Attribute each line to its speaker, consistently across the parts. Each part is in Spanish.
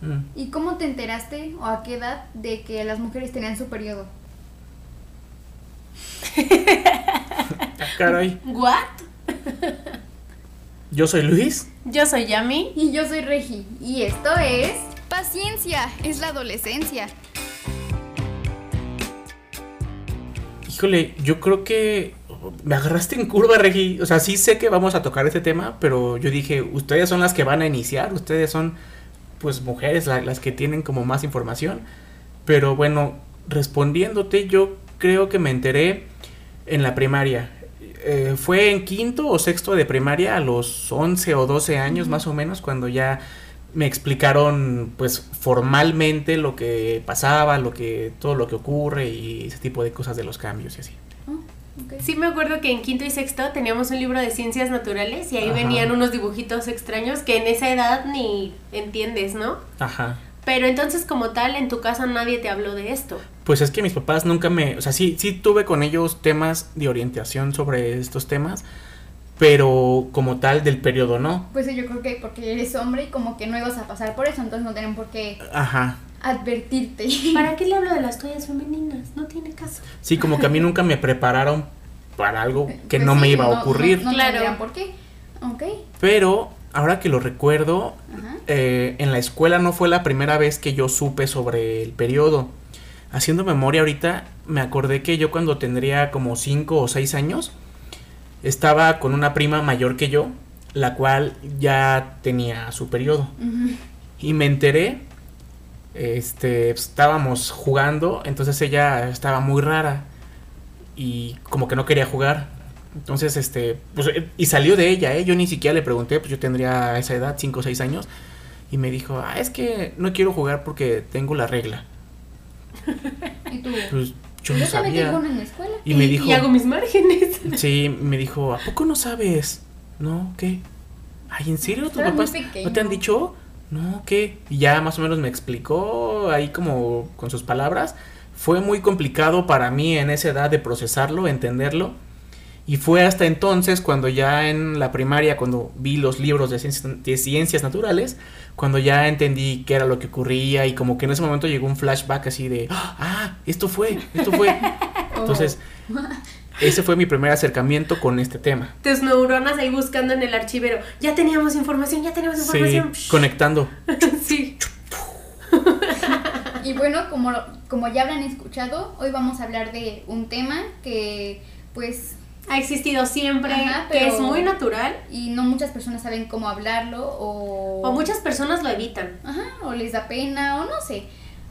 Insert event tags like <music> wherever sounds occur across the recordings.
Speaker 1: Mm.
Speaker 2: ¿Y cómo te enteraste o a qué edad de que las mujeres tenían su periodo?
Speaker 1: Ah, caray.
Speaker 3: ¿What?
Speaker 1: Yo soy Luis.
Speaker 3: Yo soy Yami.
Speaker 2: Y yo soy Regi y esto es... Paciencia, es la adolescencia.
Speaker 1: Híjole, yo creo que me agarraste en curva, Regi. O sea, sí sé que vamos a tocar este tema, pero yo dije, ustedes son las que van a iniciar, ustedes son, pues, mujeres, la- las que tienen como más información. Pero bueno, respondiéndote, yo creo que me enteré en la primaria. Eh, fue en quinto o sexto de primaria, a los 11 o 12 años más o menos, cuando ya me explicaron pues formalmente lo que pasaba, lo que todo lo que ocurre y ese tipo de cosas de los cambios y así.
Speaker 2: Ok.
Speaker 3: Sí me acuerdo que en quinto y sexto teníamos un libro de ciencias naturales y ahí
Speaker 1: Ajá.
Speaker 3: venían unos dibujitos extraños que en esa edad ni entiendes, ¿no?
Speaker 1: Ajá.
Speaker 3: Pero entonces como tal en tu casa nadie te habló de esto.
Speaker 1: Pues es que mis papás nunca me, o sea, sí sí tuve con ellos temas de orientación sobre estos temas, pero como tal del periodo no.
Speaker 2: Pues yo creo que porque eres hombre y como que no ibas a pasar por eso, entonces no tienen por qué
Speaker 1: Ajá.
Speaker 2: advertirte.
Speaker 3: ¿Para qué le hablo de las toallas femeninas? No tiene caso.
Speaker 1: Sí, como que a mí nunca me prepararon para algo <laughs> que
Speaker 2: Pues
Speaker 1: no me
Speaker 2: sí,
Speaker 1: iba a ocurrir.
Speaker 2: No, no
Speaker 3: Claro.
Speaker 2: tendrían por qué. Ok.
Speaker 1: Pero ahora que lo recuerdo,
Speaker 2: Ajá.
Speaker 1: eh, en la escuela no fue la primera vez que yo supe sobre el periodo. Haciendo memoria ahorita, me acordé que yo cuando tendría como 5 o 6 años, estaba con una prima mayor que yo, la cual ya tenía su periodo.
Speaker 2: Ujú.
Speaker 1: Y me enteré, este, estábamos jugando, entonces ella estaba muy rara y como que no quería jugar. Entonces, este, pues, eh, y salió de ella, ¿eh? Yo ni siquiera le pregunté, pues yo tendría esa edad, 5 o 6 años, y me dijo, ah, es que no quiero jugar porque tengo la regla.
Speaker 2: Y tú.
Speaker 1: Pues yo no
Speaker 2: Yo también tengo
Speaker 1: sabía.
Speaker 2: una en la escuela.
Speaker 1: Y me dijo,
Speaker 3: Y hago mis márgenes. <laughs>
Speaker 1: sí, me dijo, ¿a poco no sabes? No, ¿qué? Ay, ¿en serio? ¿Tus
Speaker 2: Estabas muy
Speaker 1: papás no te
Speaker 2: pequeño.
Speaker 1: han dicho? No, ¿qué? Y ya más o menos me explicó ahí como con sus palabras. Fue muy complicado para mí en esa edad de procesarlo, entenderlo. Y fue hasta entonces cuando ya en la primaria, cuando vi los libros de ciencias, de ciencias naturales, cuando ya entendí qué era lo que ocurría y como que en ese momento llegó un flashback así de, ah, esto fue, esto
Speaker 2: <laughs>
Speaker 1: fue.
Speaker 2: Oh.
Speaker 1: Oh. Entonces, ese fue mi primer acercamiento con este tema.
Speaker 3: Tus neuronas ahí buscando en el archivero. Ya teníamos información, ya teníamos
Speaker 1: Sí,
Speaker 3: información. Psh,
Speaker 1: conectando.
Speaker 3: <laughs> sí.
Speaker 2: Y bueno, como, como ya habrán escuchado, hoy vamos a hablar de un tema que pues
Speaker 3: Ha existido siempre,
Speaker 2: Ajá,
Speaker 3: que
Speaker 2: pero-
Speaker 3: es muy natural.
Speaker 2: y no muchas personas saben cómo hablarlo o
Speaker 3: O muchas personas lo evitan.
Speaker 2: Ajá, o les da pena o no sé.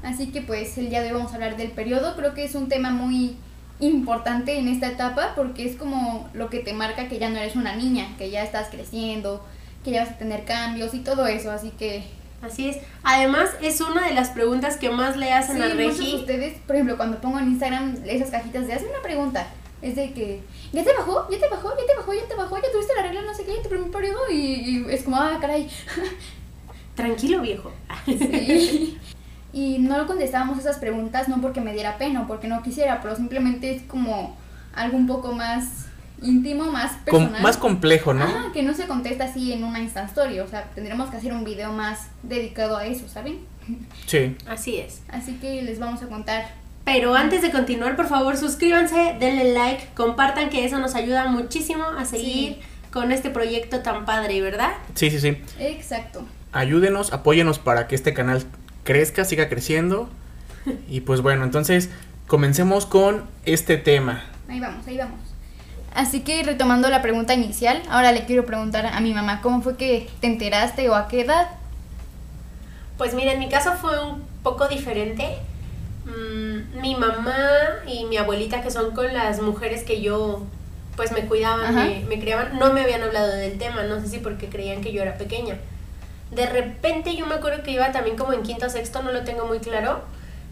Speaker 2: Así que pues el día de hoy vamos a hablar del periodo, creo que es un tema muy importante en esta etapa porque es como lo que te marca que ya no eres una niña, que ya estás creciendo, que ya vas a tener cambios y todo eso, así que
Speaker 3: Así es. Además, es una de las preguntas que más le hacen
Speaker 2: Sí,
Speaker 3: a
Speaker 2: muchos de
Speaker 3: Regi.
Speaker 2: ustedes, por ejemplo, cuando pongo en Instagram esas cajitas de hazme una pregunta, es de que ya te bajó, ya te bajó, ya te bajó, ya te bajó, ya tuviste la regla, no sé qué, ya tu primer periodo y, y es como, ah, caray.
Speaker 3: Tranquilo, viejo.
Speaker 2: Sí. <laughs> y no lo contestábamos esas preguntas no porque me diera pena o porque no quisiera, pero simplemente es como algo un poco más íntimo, más
Speaker 1: Com-
Speaker 2: personal.
Speaker 1: más complejo, ¿no?
Speaker 2: Ajá, que no se contesta así en una instant story, o sea, tendremos que hacer un video más dedicado a eso, ¿saben?
Speaker 1: Sí.
Speaker 3: Así es.
Speaker 2: Así que les vamos a contar
Speaker 3: Pero antes de continuar, por favor, suscríbanse, denle like, compartan, que eso nos ayuda muchísimo a seguir con este proyecto tan padre, ¿verdad?
Speaker 1: Sí, sí, sí.
Speaker 2: exacto.
Speaker 1: Ayúdenos, apóyenos para que este canal crezca, siga
Speaker 3: <laughs>
Speaker 1: creciendo. Y pues bueno, entonces comencemos con este tema.
Speaker 2: Ahí vamos, ahí vamos. Así que retomando la pregunta inicial, ahora le quiero preguntar a mi mamá, ¿cómo fue que te enteraste o a qué edad?
Speaker 3: Pues mira, en mi caso fue un poco diferente. Mm, mi mamá y mi abuelita, que son con las mujeres que yo pues me cuidaban,
Speaker 2: Ajá.
Speaker 3: me, me criaban, no me habían hablado del tema, no sé si porque creían que yo era pequeña. De repente yo me acuerdo que iba también como en quinto o sexto, no lo tengo muy claro.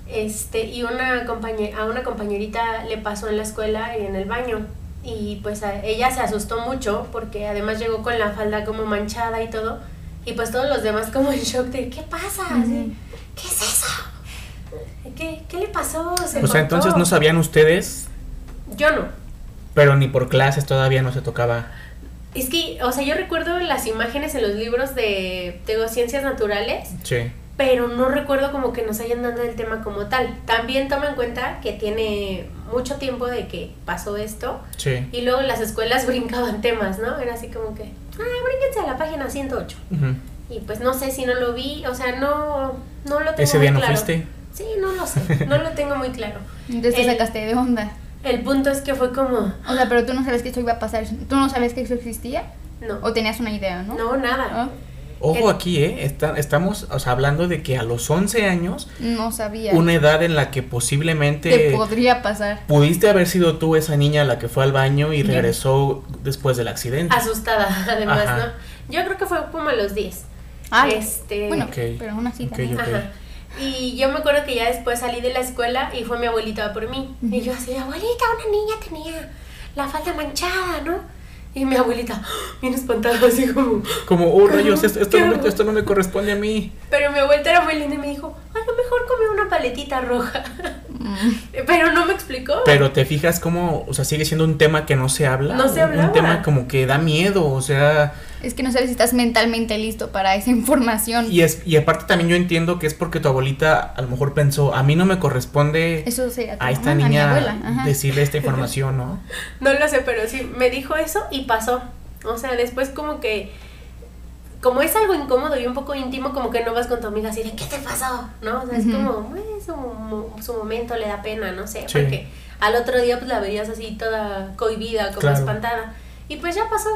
Speaker 3: Este, y una compañe- a una compañerita le pasó en la escuela y en el baño. Y pues a- ella se asustó mucho porque además llegó con la falda como manchada y todo. Y pues todos los demás como en shock de, ¿qué pasa? Así, ¿Qué es eso? ¿Qué, qué le pasó? ¿Se
Speaker 1: O sea, entonces
Speaker 3: cortó?".
Speaker 1: no sabían ustedes,
Speaker 3: Yo no.
Speaker 1: pero ni por clases todavía no se tocaba.
Speaker 3: Es que, o sea, yo recuerdo las imágenes en los libros de, de ciencias naturales
Speaker 1: Sí.
Speaker 3: pero no recuerdo como que nos hayan dado el tema como tal. También toma en cuenta que tiene mucho tiempo de que pasó esto
Speaker 1: Sí.
Speaker 3: y luego las escuelas <laughs> brincaban temas, ¿no? Era así como que, ah, brínquense a la página 108.
Speaker 1: Ujú.
Speaker 3: Y pues no sé si no lo vi, o sea, no, no lo tengo
Speaker 1: Ese
Speaker 3: muy
Speaker 1: día no
Speaker 3: claro.
Speaker 1: fuiste.
Speaker 3: Sí, no lo sé, no lo tengo muy claro.
Speaker 2: Entonces te
Speaker 3: El-
Speaker 2: sacaste de onda.
Speaker 3: El punto es que fue como,
Speaker 2: O sea, pero tú no sabes que eso iba a pasar. ¿Tú no sabes que eso existía?
Speaker 3: no,
Speaker 2: ¿O tenías una idea, no?
Speaker 3: no, nada.
Speaker 2: Ah,
Speaker 1: Ojo
Speaker 3: El-
Speaker 1: aquí, ¿eh? Está- estamos o sea, hablando de que a los 11 años,
Speaker 2: no sabía.
Speaker 1: una edad en la que
Speaker 2: Te
Speaker 1: posiblemente
Speaker 2: podría pasar.
Speaker 1: pudiste haber sido tú esa niña la que fue al baño y
Speaker 2: Yo-
Speaker 1: regresó después del accidente.
Speaker 3: Asustada, <laughs> además,
Speaker 1: Ajá.
Speaker 3: ¿no? Yo creo que fue como a los 10.
Speaker 2: Ah,
Speaker 3: este,
Speaker 2: Bueno,
Speaker 1: Ok.
Speaker 2: pero aún así
Speaker 1: Ok,
Speaker 2: también.
Speaker 1: yo-
Speaker 3: Ajá. Y yo me acuerdo que ya después salí de la escuela y fue mi abuelita a por mí. Y yo así, abuelita, una niña tenía la falda manchada, ¿no? Y mi abuelita, ¡ah! bien espantada, así como...
Speaker 1: Como, oh rayos, esto, esto
Speaker 3: Qué
Speaker 1: no, me-
Speaker 3: horror.
Speaker 1: esto no me corresponde a mí.
Speaker 3: Pero mi abuelita era muy linda y me dijo, a lo mejor comió una paletita roja. <laughs>
Speaker 2: Mm.
Speaker 3: Pero no me explicó.
Speaker 1: Pero te fijas cómo, o sea, sigue siendo un tema que no se habla.
Speaker 3: No se
Speaker 1: un- Un
Speaker 3: hablaba.
Speaker 1: tema como que da miedo, o sea,
Speaker 2: Es que no sabes si estás mentalmente listo para esa <laughs> información.
Speaker 1: y es y aparte también yo entiendo que es porque tu abuelita a lo mejor pensó, a mí no me corresponde
Speaker 2: Eso sería tu
Speaker 1: a esta
Speaker 2: mamá, ah, a mi
Speaker 1: niña
Speaker 2: abuela. Ajá.
Speaker 1: decirle esta información, ¿no?
Speaker 3: No lo sé, pero sí, me dijo eso y pasó. O sea, después como que... Como es algo incómodo y un poco íntimo, como que no vas con tu amiga así de, ¿qué te pasó? ¿No? O sea, es
Speaker 2: Ujú.
Speaker 3: como, "Eh, su, mo- su momento le da pena, no sé.
Speaker 1: Sí.
Speaker 3: Porque al otro día pues la veías así toda cohibida, como
Speaker 1: Claro.
Speaker 3: espantada. Y pues ya pasó.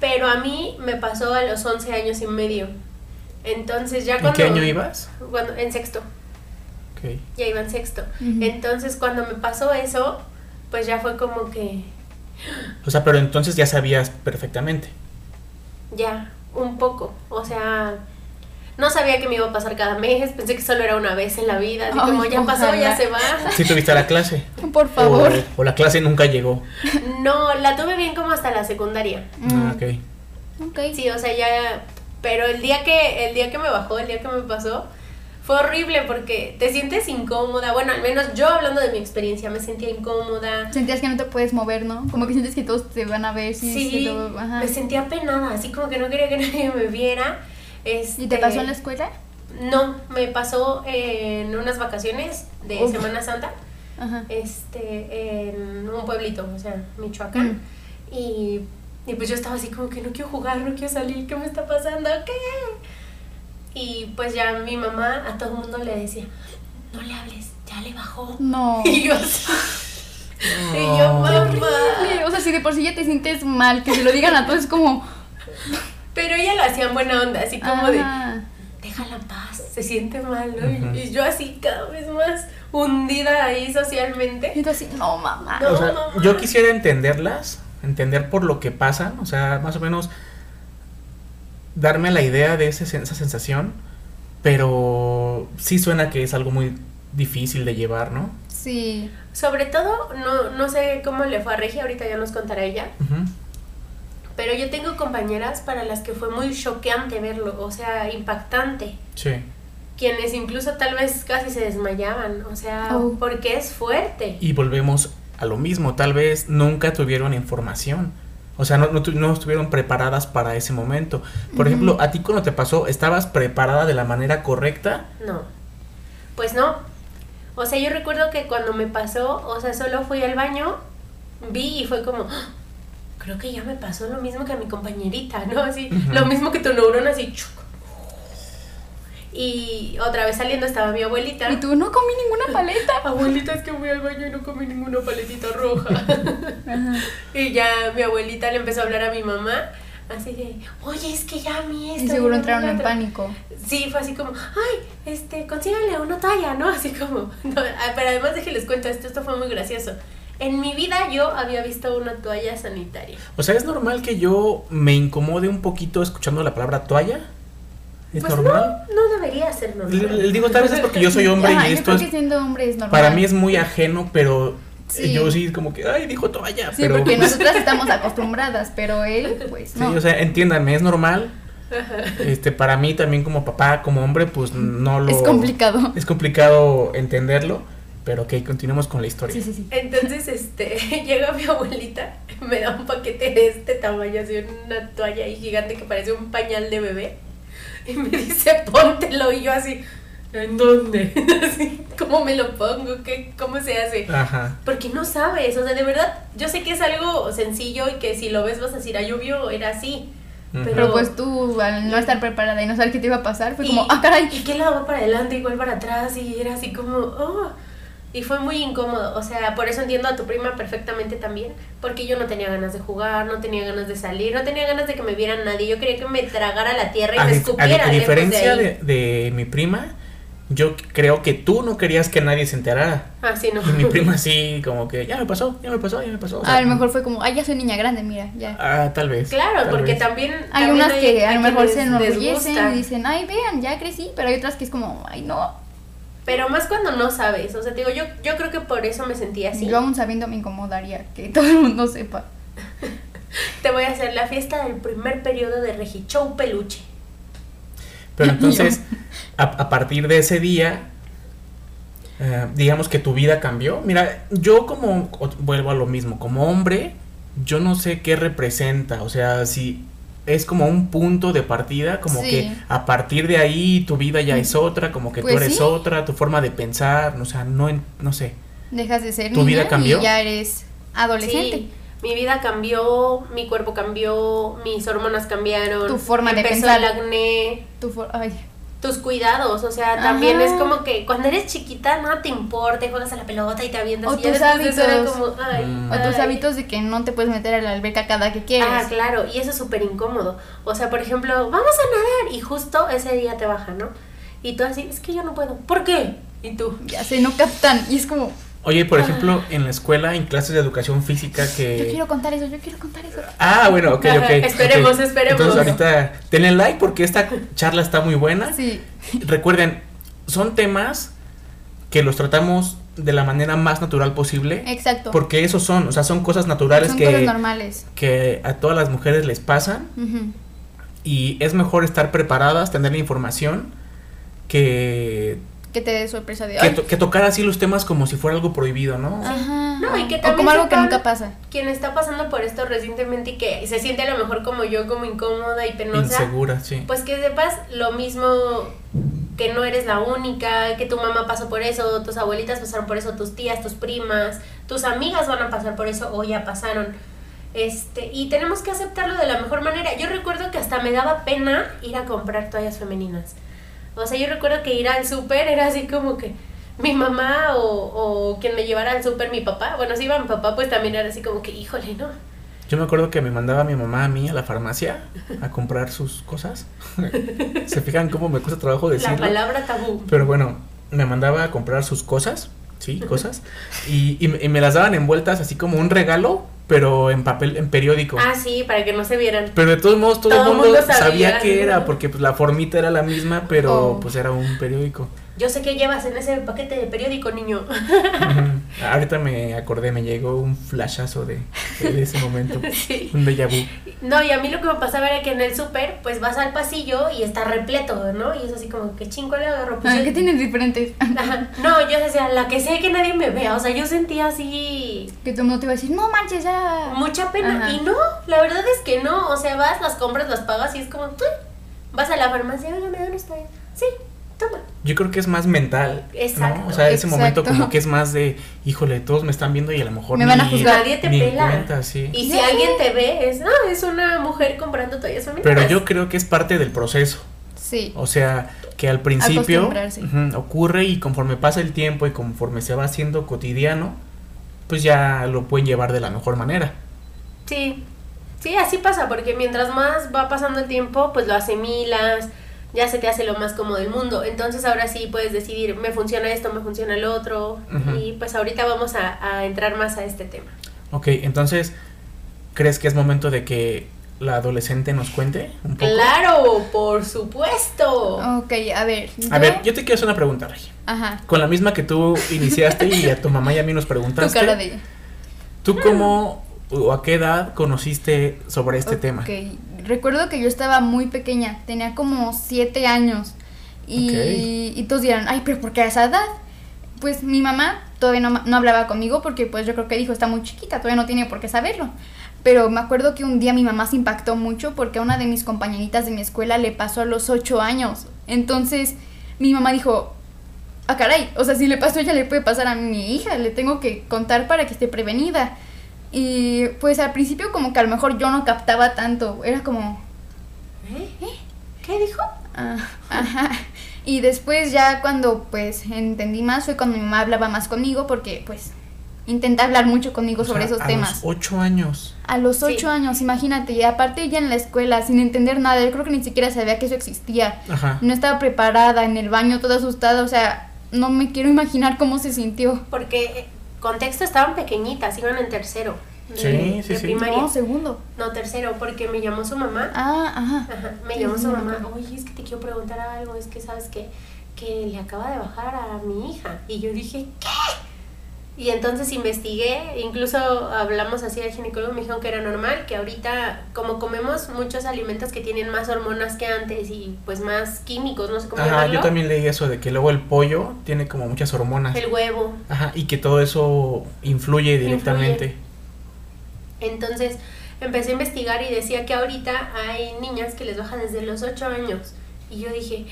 Speaker 3: Pero a mí me pasó a los 11 años y medio. Entonces ya
Speaker 1: ¿En
Speaker 3: cuando...
Speaker 1: qué año ibas?
Speaker 3: Cuando, en sexto
Speaker 1: Ok.
Speaker 3: ya iba en sexto.
Speaker 2: Ujú.
Speaker 3: Entonces, cuando me pasó eso, pues ya fue como que
Speaker 1: O sea, pero entonces ya sabías perfectamente.
Speaker 3: ya, un poco. O sea, no sabía que me iba a pasar cada mes, pensé que solo era una vez en la vida. Así
Speaker 2: Ay,
Speaker 3: como ya pasó,
Speaker 2: ojalá.
Speaker 3: ya se va.
Speaker 1: Si tuviste la clase.
Speaker 2: Por favor.
Speaker 1: O, o la clase nunca llegó.
Speaker 3: No, la tuve bien como hasta la secundaria.
Speaker 1: Ah,
Speaker 2: Mm,
Speaker 1: ok.
Speaker 2: ok.
Speaker 3: Sí, o sea, ya. Pero el día que, el día que me bajó, el día que me pasó. Fue horrible porque te sientes incómoda. Bueno, al menos yo hablando de mi experiencia me sentía incómoda.
Speaker 2: Sentías que no te puedes mover, ¿no? Como que sientes que todos te van a ver. Sí,
Speaker 3: Sí,
Speaker 2: sí, todo- ajá.
Speaker 3: me sentía penada, así como que no quería que <laughs> nadie me viera. Este,
Speaker 2: ¿Y te pasó en la escuela?
Speaker 3: No, me pasó eh, en unas vacaciones de
Speaker 2: Uf.
Speaker 3: Semana Santa,
Speaker 2: Ajá.
Speaker 3: eh, este, en un pueblito, o sea,
Speaker 2: Mm.
Speaker 3: Michoacán. Y, y pues yo estaba así como que no quiero jugar, no quiero salir, ¿qué me está pasando? ¿Qué? Y pues ya mi mamá a todo el mundo le decía, no le hables, ya le bajó.
Speaker 2: No.
Speaker 3: <laughs> Y yo ah. así, y yo, mamá.
Speaker 2: Horrible. O sea, si de por sí ya te sientes mal, que se lo digan a todos es como.
Speaker 3: Pero ella lo hacía en buena onda, así <laughs> como de,
Speaker 2: ajá.
Speaker 3: déjala en paz, se siente mal, ¿no? Y-
Speaker 1: Ujú.
Speaker 3: Y yo así cada vez más hundida ahí socialmente.
Speaker 2: Y tú así, no, mamá.
Speaker 3: No,
Speaker 1: O sea,
Speaker 3: mamá.
Speaker 1: yo quisiera entenderlas, entender por lo que pasan, o sea, más o menos darme la idea de ese sen- esa sensación, pero sí suena que es algo muy difícil de llevar, ¿no?
Speaker 2: Sí.
Speaker 3: Sobre todo, no, no sé cómo le fue a Regi, ahorita ya nos contará ella,
Speaker 1: Ujú.
Speaker 3: pero yo tengo compañeras para las que fue muy choqueante verlo, o sea, impactante.
Speaker 1: Sí.
Speaker 3: Quienes incluso tal vez casi se desmayaban, o sea,
Speaker 2: Oh.
Speaker 3: porque es fuerte.
Speaker 1: Y volvemos a lo mismo, tal vez nunca tuvieron información. O sea, no, no tu- no estuvieron preparadas para ese momento. Por ejemplo, a ti cuando te pasó, ¿estabas preparada de la manera correcta?
Speaker 3: No. Pues no. O sea, yo recuerdo que cuando me pasó, o sea, solo fui al baño, vi y fue como, "Ah, creo que ya me pasó lo mismo que a mi compañerita, ¿no? Así,
Speaker 1: Ujú.
Speaker 3: lo mismo que tu neurona, así, chuc. Y otra vez saliendo estaba mi abuelita.
Speaker 2: Y tú, no comí ninguna paleta.
Speaker 3: Abuelita, es que fui al baño y no comí ninguna paletita roja. <laughs> y ya mi abuelita le empezó a hablar a mi mamá, así de, oye, es que ya a mí esto.
Speaker 2: Y
Speaker 3: ya
Speaker 2: seguro
Speaker 3: a mí
Speaker 2: entraron
Speaker 3: lo
Speaker 2: en
Speaker 3: otro".
Speaker 2: pánico.
Speaker 3: Sí, fue así como, ay, este, consíganle una toalla, ¿no? Así como, <laughs> no, ah, pero además de que les cuento esto, esto fue muy gracioso. En mi vida yo había visto una toalla sanitaria.
Speaker 1: O sea, ¿es normal que yo me incomode un poquito escuchando la palabra toalla? ¿Es
Speaker 3: pues
Speaker 1: normal?
Speaker 3: no, no debería ser
Speaker 1: Le-
Speaker 3: normal.
Speaker 1: le Digo, tal vez es porque yo soy hombre
Speaker 2: Ajá,
Speaker 1: y
Speaker 2: yo
Speaker 1: esto
Speaker 2: creo
Speaker 1: es,
Speaker 2: que siendo hombre es normal.
Speaker 1: para mí es muy ajeno, pero
Speaker 2: Sí.
Speaker 1: yo sí como que, ay, dijo toalla.
Speaker 2: Sí,
Speaker 1: pero,
Speaker 2: porque
Speaker 1: pues,
Speaker 2: nosotras estamos acostumbradas, pero él, pues
Speaker 1: sí,
Speaker 2: no.
Speaker 1: o sea, entiéndanme, es normal. Este, para mí también como papá, como hombre, pues no lo...
Speaker 2: es complicado.
Speaker 1: Es complicado entenderlo, pero ok, continuemos con la historia.
Speaker 2: Sí, sí, sí.
Speaker 3: Entonces, este, <laughs> llega mi abuelita, me da un paquete de este tamaño, así una toalla ahí gigante que parece un pañal de bebé. Y me dice, póntelo. Y yo así, ¿en dónde? <laughs> Así, ¿Cómo me lo pongo? ¿Qué, ¿Cómo se hace?
Speaker 1: Ajá.
Speaker 3: Porque no sabes, o sea, de verdad, yo sé que es algo sencillo y que si lo ves vas a decir, ah, yo vio, era así.
Speaker 1: Ujú.
Speaker 2: Pero pues tú, al no estar preparada y no saber qué te iba a pasar, fue como, ah, caray.
Speaker 3: ¿Y qué lado va para adelante y cuál para atrás? Y era así como, oh. Y fue muy incómodo, o sea, por eso entiendo a tu prima perfectamente también, porque yo no tenía ganas de jugar, no tenía ganas de salir, no tenía ganas de que me viera nadie, yo quería que me tragara la tierra y
Speaker 1: A,
Speaker 3: me
Speaker 1: dif- a di-
Speaker 3: escupiera.
Speaker 1: a
Speaker 3: lejos
Speaker 1: diferencia
Speaker 3: de... ahí.
Speaker 1: de, de mi prima, yo creo que tú no querías que nadie se enterara.
Speaker 3: Ah, sí, no.
Speaker 1: Y mi
Speaker 3: <laughs>
Speaker 1: prima sí, como que ya me pasó, ya me pasó, ya me pasó. O sea,
Speaker 2: A lo mejor fue como, ah, ya soy niña grande, mira, ya.
Speaker 1: Ah, tal vez.
Speaker 3: Claro,
Speaker 1: tal
Speaker 3: porque
Speaker 1: vez.
Speaker 3: también...
Speaker 2: Hay
Speaker 3: también
Speaker 2: unas que a
Speaker 3: hay
Speaker 2: lo mejor
Speaker 3: les
Speaker 2: se
Speaker 3: disgusta.
Speaker 2: enorgullecen y dicen, ay, vean, ya crecí, pero hay otras que es como, ay, no,
Speaker 3: Pero más cuando no sabes, o sea, te digo, yo, yo creo que por eso me sentí así.
Speaker 2: yo aún sabiendo me incomodaría que <laughs> todo el mundo sepa.
Speaker 3: Te voy a hacer la fiesta del primer periodo de Regichou Peluche.
Speaker 1: Pero entonces, a, a partir de ese día, eh, digamos que tu vida cambió. Mira, yo como, o- vuelvo a lo mismo, como hombre, yo no sé qué representa. O sea, si es como un punto de partida, como
Speaker 2: Sí.
Speaker 1: que a partir de ahí tu vida ya es otra, como que
Speaker 2: Pues
Speaker 1: tú eres
Speaker 2: sí.
Speaker 1: otra, tu forma de pensar, o sea, no, en- no sé.
Speaker 2: Dejas de ser
Speaker 1: ¿Tu vida
Speaker 2: niña
Speaker 1: cambió?
Speaker 2: y ya eres adolescente.
Speaker 3: Sí, mi vida cambió, mi cuerpo cambió, mis hormonas cambiaron.
Speaker 2: Tu forma de
Speaker 3: empezó
Speaker 2: pensar.
Speaker 3: el acné,
Speaker 2: Tu for- ay,
Speaker 3: tus cuidados, o sea, también
Speaker 2: Ajá.
Speaker 3: es como que cuando eres chiquita no te importa, y juegas a la pelota y te avientas
Speaker 2: O
Speaker 3: y ya
Speaker 2: tus
Speaker 3: después de eso era
Speaker 2: hábitos.
Speaker 3: como, ay,
Speaker 1: Mm.
Speaker 2: o tus
Speaker 3: ay.
Speaker 2: hábitos de que no te puedes meter a la alberca cada que quieres.
Speaker 3: Ah, claro, y eso es súper incómodo. O sea, por ejemplo, vamos a nadar y justo ese día te baja, ¿no? Y tú así, es que yo no puedo. ¿Por qué? Y tú,
Speaker 2: Ya sé, no captan. Y es como,
Speaker 1: Oye, por ejemplo, en la escuela, en clases de educación física que...
Speaker 2: Ah. yo quiero contar eso, yo quiero contar eso.
Speaker 1: Ah, bueno, ok,
Speaker 2: <laughs>
Speaker 1: ok.
Speaker 3: Ajá, esperemos,
Speaker 1: ok.
Speaker 3: esperemos.
Speaker 1: Entonces ahorita denle like porque esta charla está muy buena.
Speaker 2: Sí,
Speaker 1: Recuerden, son temas que los tratamos de la manera más natural posible.
Speaker 2: exacto.
Speaker 1: Porque esos son, o sea, son cosas naturales
Speaker 2: Son cosas
Speaker 1: que,
Speaker 2: normales.
Speaker 1: que a todas las mujeres les pasan.
Speaker 2: Ujú.
Speaker 1: Y es mejor estar preparadas, tener la información, que,
Speaker 2: Que te dé sorpresa de,
Speaker 1: que,
Speaker 2: ay,
Speaker 1: to- que tocar así los temas como si fuera algo prohibido, ¿no?
Speaker 2: ajá.
Speaker 3: No, y que
Speaker 2: o
Speaker 3: también
Speaker 2: como algo que
Speaker 3: sepan-
Speaker 2: nunca pasa.
Speaker 3: quien está pasando por esto recientemente y que se siente a lo mejor como yo, como incómoda y penosa,
Speaker 1: Insegura, sí.
Speaker 3: pues que sepas lo mismo que no eres la única, que tu mamá pasó por eso, tus abuelitas pasaron por eso, tus tías, tus primas, tus amigas van a pasar por eso o ya pasaron. Este, y tenemos que aceptarlo de la mejor manera. Yo recuerdo que hasta me daba pena ir a comprar toallas femeninas. O sea, yo recuerdo que ir al súper era así como que mi mamá o, o quien me llevara al súper, mi papá. Bueno, si iba mi papá, pues también era así como que, híjole, ¿no?
Speaker 1: Yo me acuerdo que me mandaba mi mamá a mí a la farmacia a comprar sus cosas. <laughs> Se fijan cómo me cuesta trabajo
Speaker 3: La
Speaker 1: decirlo.
Speaker 3: palabra tabú.
Speaker 1: Pues Pero bueno, me mandaba a comprar sus cosas, sí, cosas, y, y me- y me las daban envueltas así como un regalo, pero en papel, en periódico.
Speaker 3: Ah, sí, para que no se vieran.
Speaker 1: Pero de todos modos todo, el mundo, sabía, que
Speaker 3: ¿no?
Speaker 1: era, porque pues, la formita era la misma, pero
Speaker 2: Oh.
Speaker 1: pues era un periódico.
Speaker 3: Yo sé que llevas en ese paquete de periódico, niño. <laughs>
Speaker 1: Ujú. Ahorita me acordé, me llegó un flashazo de, de ese momento,
Speaker 3: Sí.
Speaker 1: un déjà vu.
Speaker 3: No, y a mí lo que me pasaba era que en el súper, pues vas al pasillo y está repleto, ¿no? Y es así como que chingo le agarro. Pues,
Speaker 2: Ah,
Speaker 3: yo-
Speaker 2: ¿Qué tienes diferentes? <laughs>
Speaker 3: Ajá. No, yo decía, la que sé que nadie me vea. O sea, yo sentía así
Speaker 2: Que todo el mundo te iba a decir, no manches, ya.
Speaker 3: mucha pena.
Speaker 2: Ajá.
Speaker 3: Y no, la verdad es que no. O sea, vas, las compras, las pagas y es como, "Ay". vas a la farmacia, oiga, me da una toalla. Sí, toma.
Speaker 1: Yo creo que es más mental. ¿no?
Speaker 3: Exacto,
Speaker 1: O sea, ese momento
Speaker 2: exacto.
Speaker 1: como que es más de, híjole, todos me están viendo y a lo mejor
Speaker 2: Me van a
Speaker 1: ni-
Speaker 2: juzgar.
Speaker 3: Nadie te
Speaker 1: ni en
Speaker 3: pela.
Speaker 1: cuenta, sí.
Speaker 3: Y si
Speaker 2: Ya sé.
Speaker 3: alguien te ve, es, no, es una mujer comprando toallas femeninas.
Speaker 1: Pero yo creo que es parte del proceso.
Speaker 2: Sí.
Speaker 1: O sea, que al principio
Speaker 2: Acostumbrarse.
Speaker 1: ujú, ocurre y conforme pasa el tiempo y conforme se va haciendo cotidiano, pues ya lo pueden llevar de la mejor manera.
Speaker 3: Sí, sí, así pasa, porque mientras más va pasando el tiempo, pues lo asimilas, ya se te hace lo más cómodo del mundo. Entonces ahora sí puedes decidir, me funciona esto, me funciona el otro.
Speaker 1: Ujú.
Speaker 3: Y pues ahorita vamos a, a entrar más a este tema.
Speaker 1: Ok, entonces, ¿crees que es momento de que la adolescente nos cuente un poco?
Speaker 3: Claro, por supuesto.
Speaker 2: Ok, a ver.
Speaker 1: Oh. A ver, yo te quiero hacer una pregunta, Regi.
Speaker 2: Ajá.
Speaker 1: Con la misma que tú iniciaste y a tu mamá y a mí nos
Speaker 2: <laughs> Tu
Speaker 1: preguntaste,
Speaker 2: cara de ella.
Speaker 1: ¿tú cómo o a qué edad conociste sobre este
Speaker 2: Ok,
Speaker 1: tema?
Speaker 2: Recuerdo que yo estaba muy pequeña, tenía como siete años. Y,
Speaker 1: Ok.
Speaker 2: y todos dirán, ay, pero ¿por qué a esa edad? Pues mi mamá todavía no, ma- no hablaba conmigo porque pues yo creo que dijo, está muy chiquita, todavía no tiene por qué saberlo. pero me acuerdo que un día mi mamá se impactó mucho porque a una de mis compañeritas de mi escuela le pasó a los 8 años. Entonces mi mamá dijo, ah, caray, o sea, si le pasó ella le puede pasar a mi hija, le tengo que contar para que esté prevenida. Y pues al principio como que a lo mejor yo no captaba tanto, era como...
Speaker 3: ¿Eh? ¿Qué dijo?
Speaker 2: Ah, ajá. Y después ya cuando pues entendí más fue cuando mi mamá hablaba más conmigo porque pues intenta hablar mucho conmigo
Speaker 1: O
Speaker 2: sobre
Speaker 1: sea,
Speaker 2: esos
Speaker 1: a
Speaker 2: temas.
Speaker 1: Los ocho años.
Speaker 2: A los
Speaker 3: Sí.
Speaker 2: ocho años, imagínate, y aparte ella en la escuela, sin entender nada, yo creo que ni siquiera sabía que eso existía.
Speaker 1: Ajá.
Speaker 2: No estaba preparada, en el baño toda asustada, o sea, no me quiero imaginar cómo se sintió.
Speaker 3: Porque, eh, contexto, estaban pequeñitas, iban en tercero. De,
Speaker 1: Sí, sí,
Speaker 3: de
Speaker 1: sí.
Speaker 3: primaria.
Speaker 2: No,
Speaker 3: No,
Speaker 2: segundo.
Speaker 3: tercero, porque me llamó su mamá.
Speaker 2: Ah, ajá.
Speaker 3: Ajá, <laughs> me
Speaker 2: Sí,
Speaker 3: llamó
Speaker 2: sí,
Speaker 3: su
Speaker 2: me
Speaker 3: mamá.
Speaker 2: acuerdo.
Speaker 3: Oye, es que te quiero preguntar algo, es que sabes que, que le acaba de bajar a mi hija. Y yo dije, ¿qué? Y entonces investigué, incluso hablamos así al ginecólogo, me dijeron que era normal, que ahorita, como comemos muchos alimentos que tienen más hormonas que antes y pues más químicos, no sé cómo
Speaker 1: Ajá,
Speaker 3: llamarlo,
Speaker 1: yo también leí eso de que luego el pollo tiene como muchas hormonas.
Speaker 3: el huevo,
Speaker 1: Ajá, y que todo eso influye directamente.
Speaker 3: Entonces empecé a investigar y decía que ahorita hay niñas que les baja desde los 8 años. Y yo dije,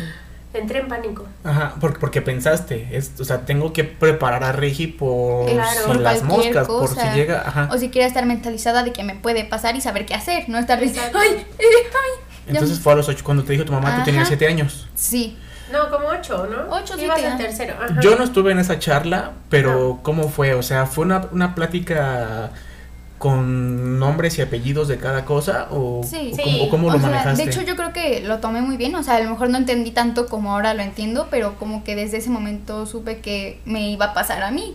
Speaker 3: <gasps> entré en pánico.
Speaker 1: Ajá, porque, porque pensaste, es, o sea, tengo que preparar a Regi por
Speaker 3: Claro.
Speaker 1: si
Speaker 3: Por
Speaker 1: las
Speaker 2: cualquier
Speaker 1: moscas, por
Speaker 2: cosa.
Speaker 1: si llega, ajá.
Speaker 2: O si quiera estar mentalizada de que me puede pasar y saber qué hacer, no estar diciendo,
Speaker 3: Exacto.
Speaker 2: ay, eh, ay. ya
Speaker 1: Entonces
Speaker 2: me-
Speaker 1: fue a los ocho, cuando te dijo tu mamá, tú tenías
Speaker 2: Ajá.
Speaker 1: siete años.
Speaker 2: Sí,
Speaker 3: No, como 8, ¿no?
Speaker 2: Ocho,
Speaker 3: Ibas
Speaker 2: siete,
Speaker 3: en
Speaker 2: ah.
Speaker 3: tercero. ajá.
Speaker 1: Yo no estuve en esa charla, pero ¿cómo fue? O sea, ¿fue una, una plática con nombres y apellidos de cada cosa? ¿O,
Speaker 2: Sí.
Speaker 1: o
Speaker 3: Sí.
Speaker 1: cómo, o cómo
Speaker 2: O
Speaker 1: lo
Speaker 2: sea,
Speaker 1: manejaste?
Speaker 2: de hecho yo creo que lo tomé muy bien, o sea, a lo mejor no entendí tanto como ahora lo entiendo, pero como que desde ese momento supe que me iba a pasar a mí.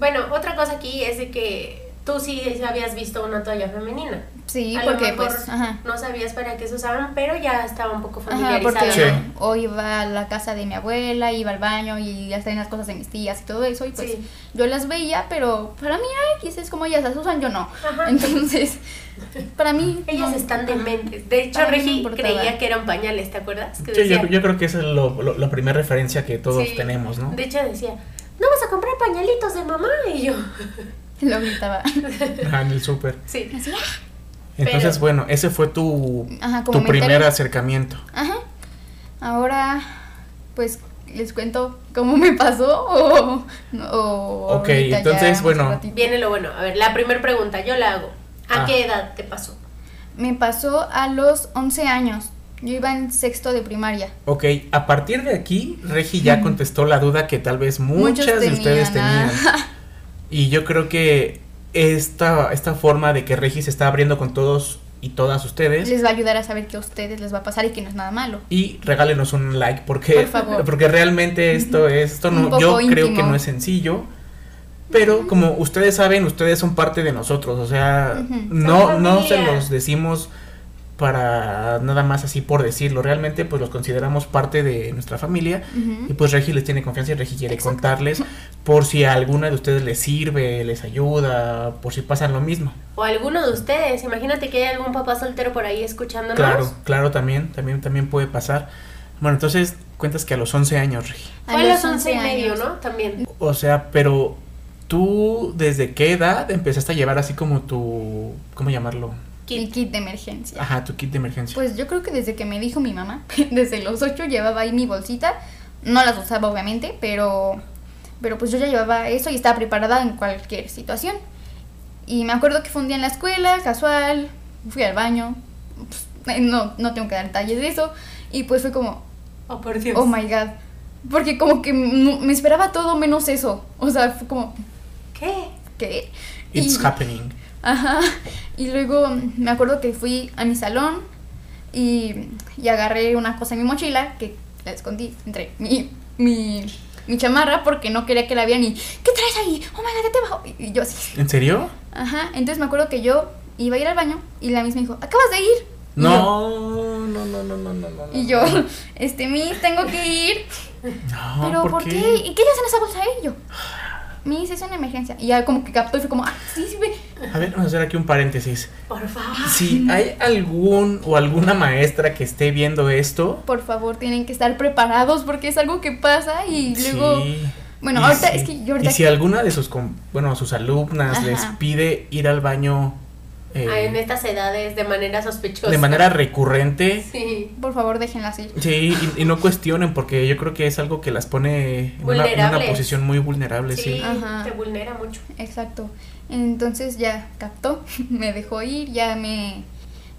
Speaker 3: Bueno, otra cosa aquí es de que tú sí habías visto una toalla femenina.
Speaker 2: Sí,
Speaker 3: A lo
Speaker 2: porque
Speaker 3: mejor
Speaker 2: pues, ajá.
Speaker 3: no sabías para qué se usaban, pero ya estaba un poco
Speaker 2: Ajá,
Speaker 3: familiarizada.
Speaker 2: porque
Speaker 1: Sí.
Speaker 3: ¿no?
Speaker 2: o iba a la casa de mi abuela, iba al baño y ya estaban las cosas de mis tías y todo eso, y pues
Speaker 3: Sí.
Speaker 2: yo las veía, pero para mí, ay, quizás es como ellas las usan, yo no.
Speaker 3: Ajá.
Speaker 2: <laughs> Entonces, para mí...
Speaker 3: Ellas
Speaker 2: no.
Speaker 3: están dementes. De hecho,
Speaker 2: Para mí no
Speaker 3: Regi
Speaker 2: importaba.
Speaker 3: creía que eran pañales, ¿te acuerdas? Que
Speaker 1: Sí, yo,
Speaker 3: decía-
Speaker 1: yo creo que esa es lo- lo- la primera referencia que todos
Speaker 3: Sí.
Speaker 1: tenemos, ¿no? <laughs>
Speaker 3: De hecho decía, no vas a comprar pañalitos de mamá y yo.
Speaker 2: <laughs>
Speaker 3: <laughs>
Speaker 2: Lo gritaba. <laughs>
Speaker 1: Ajá, Ah, en el súper.
Speaker 3: Sí.
Speaker 2: Así, ah,
Speaker 1: Entonces,
Speaker 3: Pero-
Speaker 1: bueno, ese fue tu,
Speaker 2: Ajá, como
Speaker 1: tu
Speaker 2: me enteré.
Speaker 1: primer acercamiento.
Speaker 2: Ajá. Ahora, pues les cuento cómo me pasó o... o
Speaker 1: Ok,
Speaker 2: ahorita ya
Speaker 1: entonces,
Speaker 2: más
Speaker 1: bueno.
Speaker 2: ratito.
Speaker 3: Viene lo bueno. A ver, la primera pregunta yo la hago. ¿A
Speaker 1: Ah.
Speaker 3: qué edad te pasó?
Speaker 2: Me pasó a los 11 años. Yo iba en sexto de primaria.
Speaker 1: Ok, a partir de aquí, Regi ya contestó la duda que tal vez muchas
Speaker 2: Muchos
Speaker 1: de ustedes
Speaker 2: tenían,
Speaker 3: <laughs>
Speaker 1: tenían.
Speaker 2: ah.
Speaker 1: Y yo creo que esta, esta forma de que Regi se está abriendo con todos y todas ustedes.
Speaker 2: les va a ayudar a saber que a ustedes les va a pasar y que no es nada malo.
Speaker 1: Y regálenos un like porque,
Speaker 2: Por favor.
Speaker 1: porque realmente esto es, esto
Speaker 2: Un
Speaker 1: no,
Speaker 2: poco
Speaker 1: yo creo que
Speaker 2: íntimo.
Speaker 1: no es sencillo. Pero como ustedes saben, ustedes son parte de nosotros. O sea,
Speaker 2: Ujú.
Speaker 1: no,
Speaker 3: Son
Speaker 1: no se
Speaker 3: familia.
Speaker 1: los decimos para nada más así por decirlo. Realmente pues los consideramos parte de nuestra familia. Y
Speaker 2: Ujú.
Speaker 1: pues Regi les tiene confianza y Regi quiere
Speaker 2: Exacto.
Speaker 1: contarles por si a alguna de ustedes les sirve, les ayuda, por si pasan lo mismo.
Speaker 3: O alguno de ustedes. Imagínate que hay algún papá soltero por ahí escuchándonos.
Speaker 1: Claro, claro, también, también, también puede pasar. Bueno, entonces cuentas que a los 11 años, Regi.
Speaker 3: Fue a los once y medio, ¿no? También.
Speaker 1: O sea, pero tú desde qué edad empezaste a llevar así como tu, ¿cómo llamarlo?
Speaker 2: Kit.
Speaker 3: Kit.
Speaker 2: kit de emergencia.
Speaker 1: Ajá, tu kit de emergencia.
Speaker 2: Pues yo creo que desde que me dijo mi mamá, <laughs> desde los ocho llevaba ahí mi bolsita. No las usaba obviamente, pero, pero pues yo ya llevaba eso y estaba preparada en cualquier situación. Y me acuerdo que fue un día en la escuela, casual, fui al baño. pues, eh, no, no tengo que dar detalles de eso. Y pues fue como,
Speaker 3: Oh, por Dios.
Speaker 2: oh my god. Porque como que no- me esperaba todo menos eso. O sea, fue como,
Speaker 3: ¿Qué?
Speaker 2: ¿qué?
Speaker 1: It's
Speaker 2: Y-
Speaker 1: happening.
Speaker 2: Ajá. Y luego mm, me acuerdo que fui a mi salón y, y agarré una cosa en mi mochila que la escondí entre mi, mi, mi chamarra porque no quería que la vieran y ¿qué traes ahí? Oh my god, ¿qué te bajó? Y- Y yo así.
Speaker 1: ¿En serio?
Speaker 2: Ajá. Entonces me acuerdo que yo iba a ir al baño y la misma dijo, acabas de ir. Y yo-
Speaker 1: No, no, no, no, no, no, no.
Speaker 2: Y yo, este, mis, tengo que ir. <laughs>
Speaker 1: No,
Speaker 2: Pero Ah, ¿por, qué? ¿Y qué le hacen esa bolsa a ellos? Mis, es una emergencia. Y ya como que captó y fue como, ah, sí, sí, ve".
Speaker 1: A ver, vamos a hacer aquí un paréntesis.
Speaker 3: Por favor.
Speaker 1: Si hay algún o alguna maestra que esté viendo esto,
Speaker 2: por favor, tienen que estar preparados porque es algo que pasa y luego...
Speaker 1: sí.
Speaker 2: Bueno,
Speaker 1: Y
Speaker 2: ahorita
Speaker 1: si-
Speaker 2: es que yo ahorita...
Speaker 1: Y si alguna de sus, com- bueno, sus alumnas
Speaker 2: Ajá.
Speaker 1: les pide ir al baño eh,
Speaker 3: Ah, en estas edades de manera sospechosa.
Speaker 1: de manera recurrente.
Speaker 3: Sí.
Speaker 2: Por favor, déjenlas ir.
Speaker 1: Sí, y, y no cuestionen porque yo creo que es algo que las pone en una, en una
Speaker 3: Vulnerables.
Speaker 1: posición muy vulnerable, sí.
Speaker 3: Sí,
Speaker 2: Ajá.
Speaker 3: te vulnera mucho.
Speaker 2: Exacto. Entonces ya captó, <laughs> me dejó ir, ya me,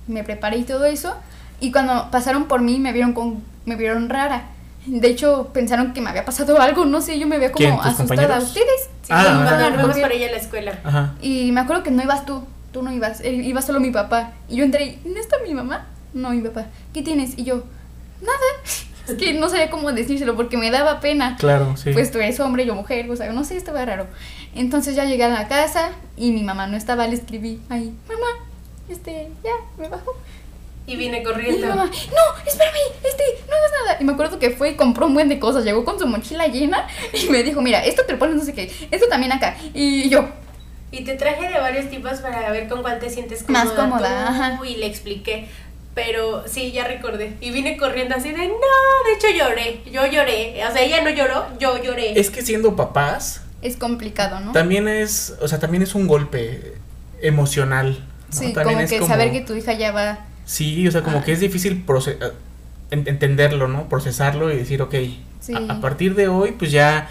Speaker 2: me preparé y todo eso. Y cuando pasaron por mí me vieron con, me vieron rara. De hecho, pensaron que me había pasado algo, no sé, yo me veía como
Speaker 1: ¿Quién? ¿Tus
Speaker 2: asustada.
Speaker 1: compañeros?
Speaker 2: ¿Ustedes?
Speaker 3: Sí,
Speaker 1: Ah,
Speaker 3: vamos,
Speaker 1: ah,
Speaker 3: vamos
Speaker 2: ah.
Speaker 3: para ella a la escuela.
Speaker 1: Ajá.
Speaker 2: Y me acuerdo que no ibas tú, tú no ibas, eh, iba solo mi papá. Y yo entré, y, ¿no está mi mamá? No, mi papá. ¿Qué tienes? Y yo, nada. <laughs> Es que no sabía cómo decírselo porque me daba pena.
Speaker 1: Claro, sí.
Speaker 2: Pues tú eres hombre, yo mujer, o sea, no sé, estaba raro. Entonces ya llegué a la casa y mi mamá no estaba, le escribí ahí, mamá, este, ya, me bajo.
Speaker 3: Y viene
Speaker 2: Y mi
Speaker 3: corriendo.
Speaker 2: mamá, no, espérame, este, no hagas nada. Y me acuerdo que fue y compró un buen de cosas, llegó con su mochila llena <laughs> y me dijo, mira, esto te lo pones no sé qué, esto también acá. Y yo,
Speaker 3: Y te traje de varios tipos para ver con cuál te sientes cómoda.
Speaker 2: Más cómoda,
Speaker 3: tú,
Speaker 2: ajá.
Speaker 3: Y le expliqué. Pero sí, ya recordé. Y vine corriendo así de, no, de hecho lloré. Yo lloré. O sea, ella no lloró, yo lloré.
Speaker 1: Es que siendo papás,
Speaker 2: es complicado, ¿no?
Speaker 1: también es, o sea, también es un golpe emocional. ¿no?
Speaker 2: Sí,
Speaker 1: También
Speaker 2: como
Speaker 1: es
Speaker 2: que saber que tu hija ya va,
Speaker 1: Sí, o sea, como que es difícil proce- eh, en- entenderlo, ¿no? Procesarlo y decir, ok,
Speaker 2: Sí.
Speaker 1: a, a partir de hoy, pues ya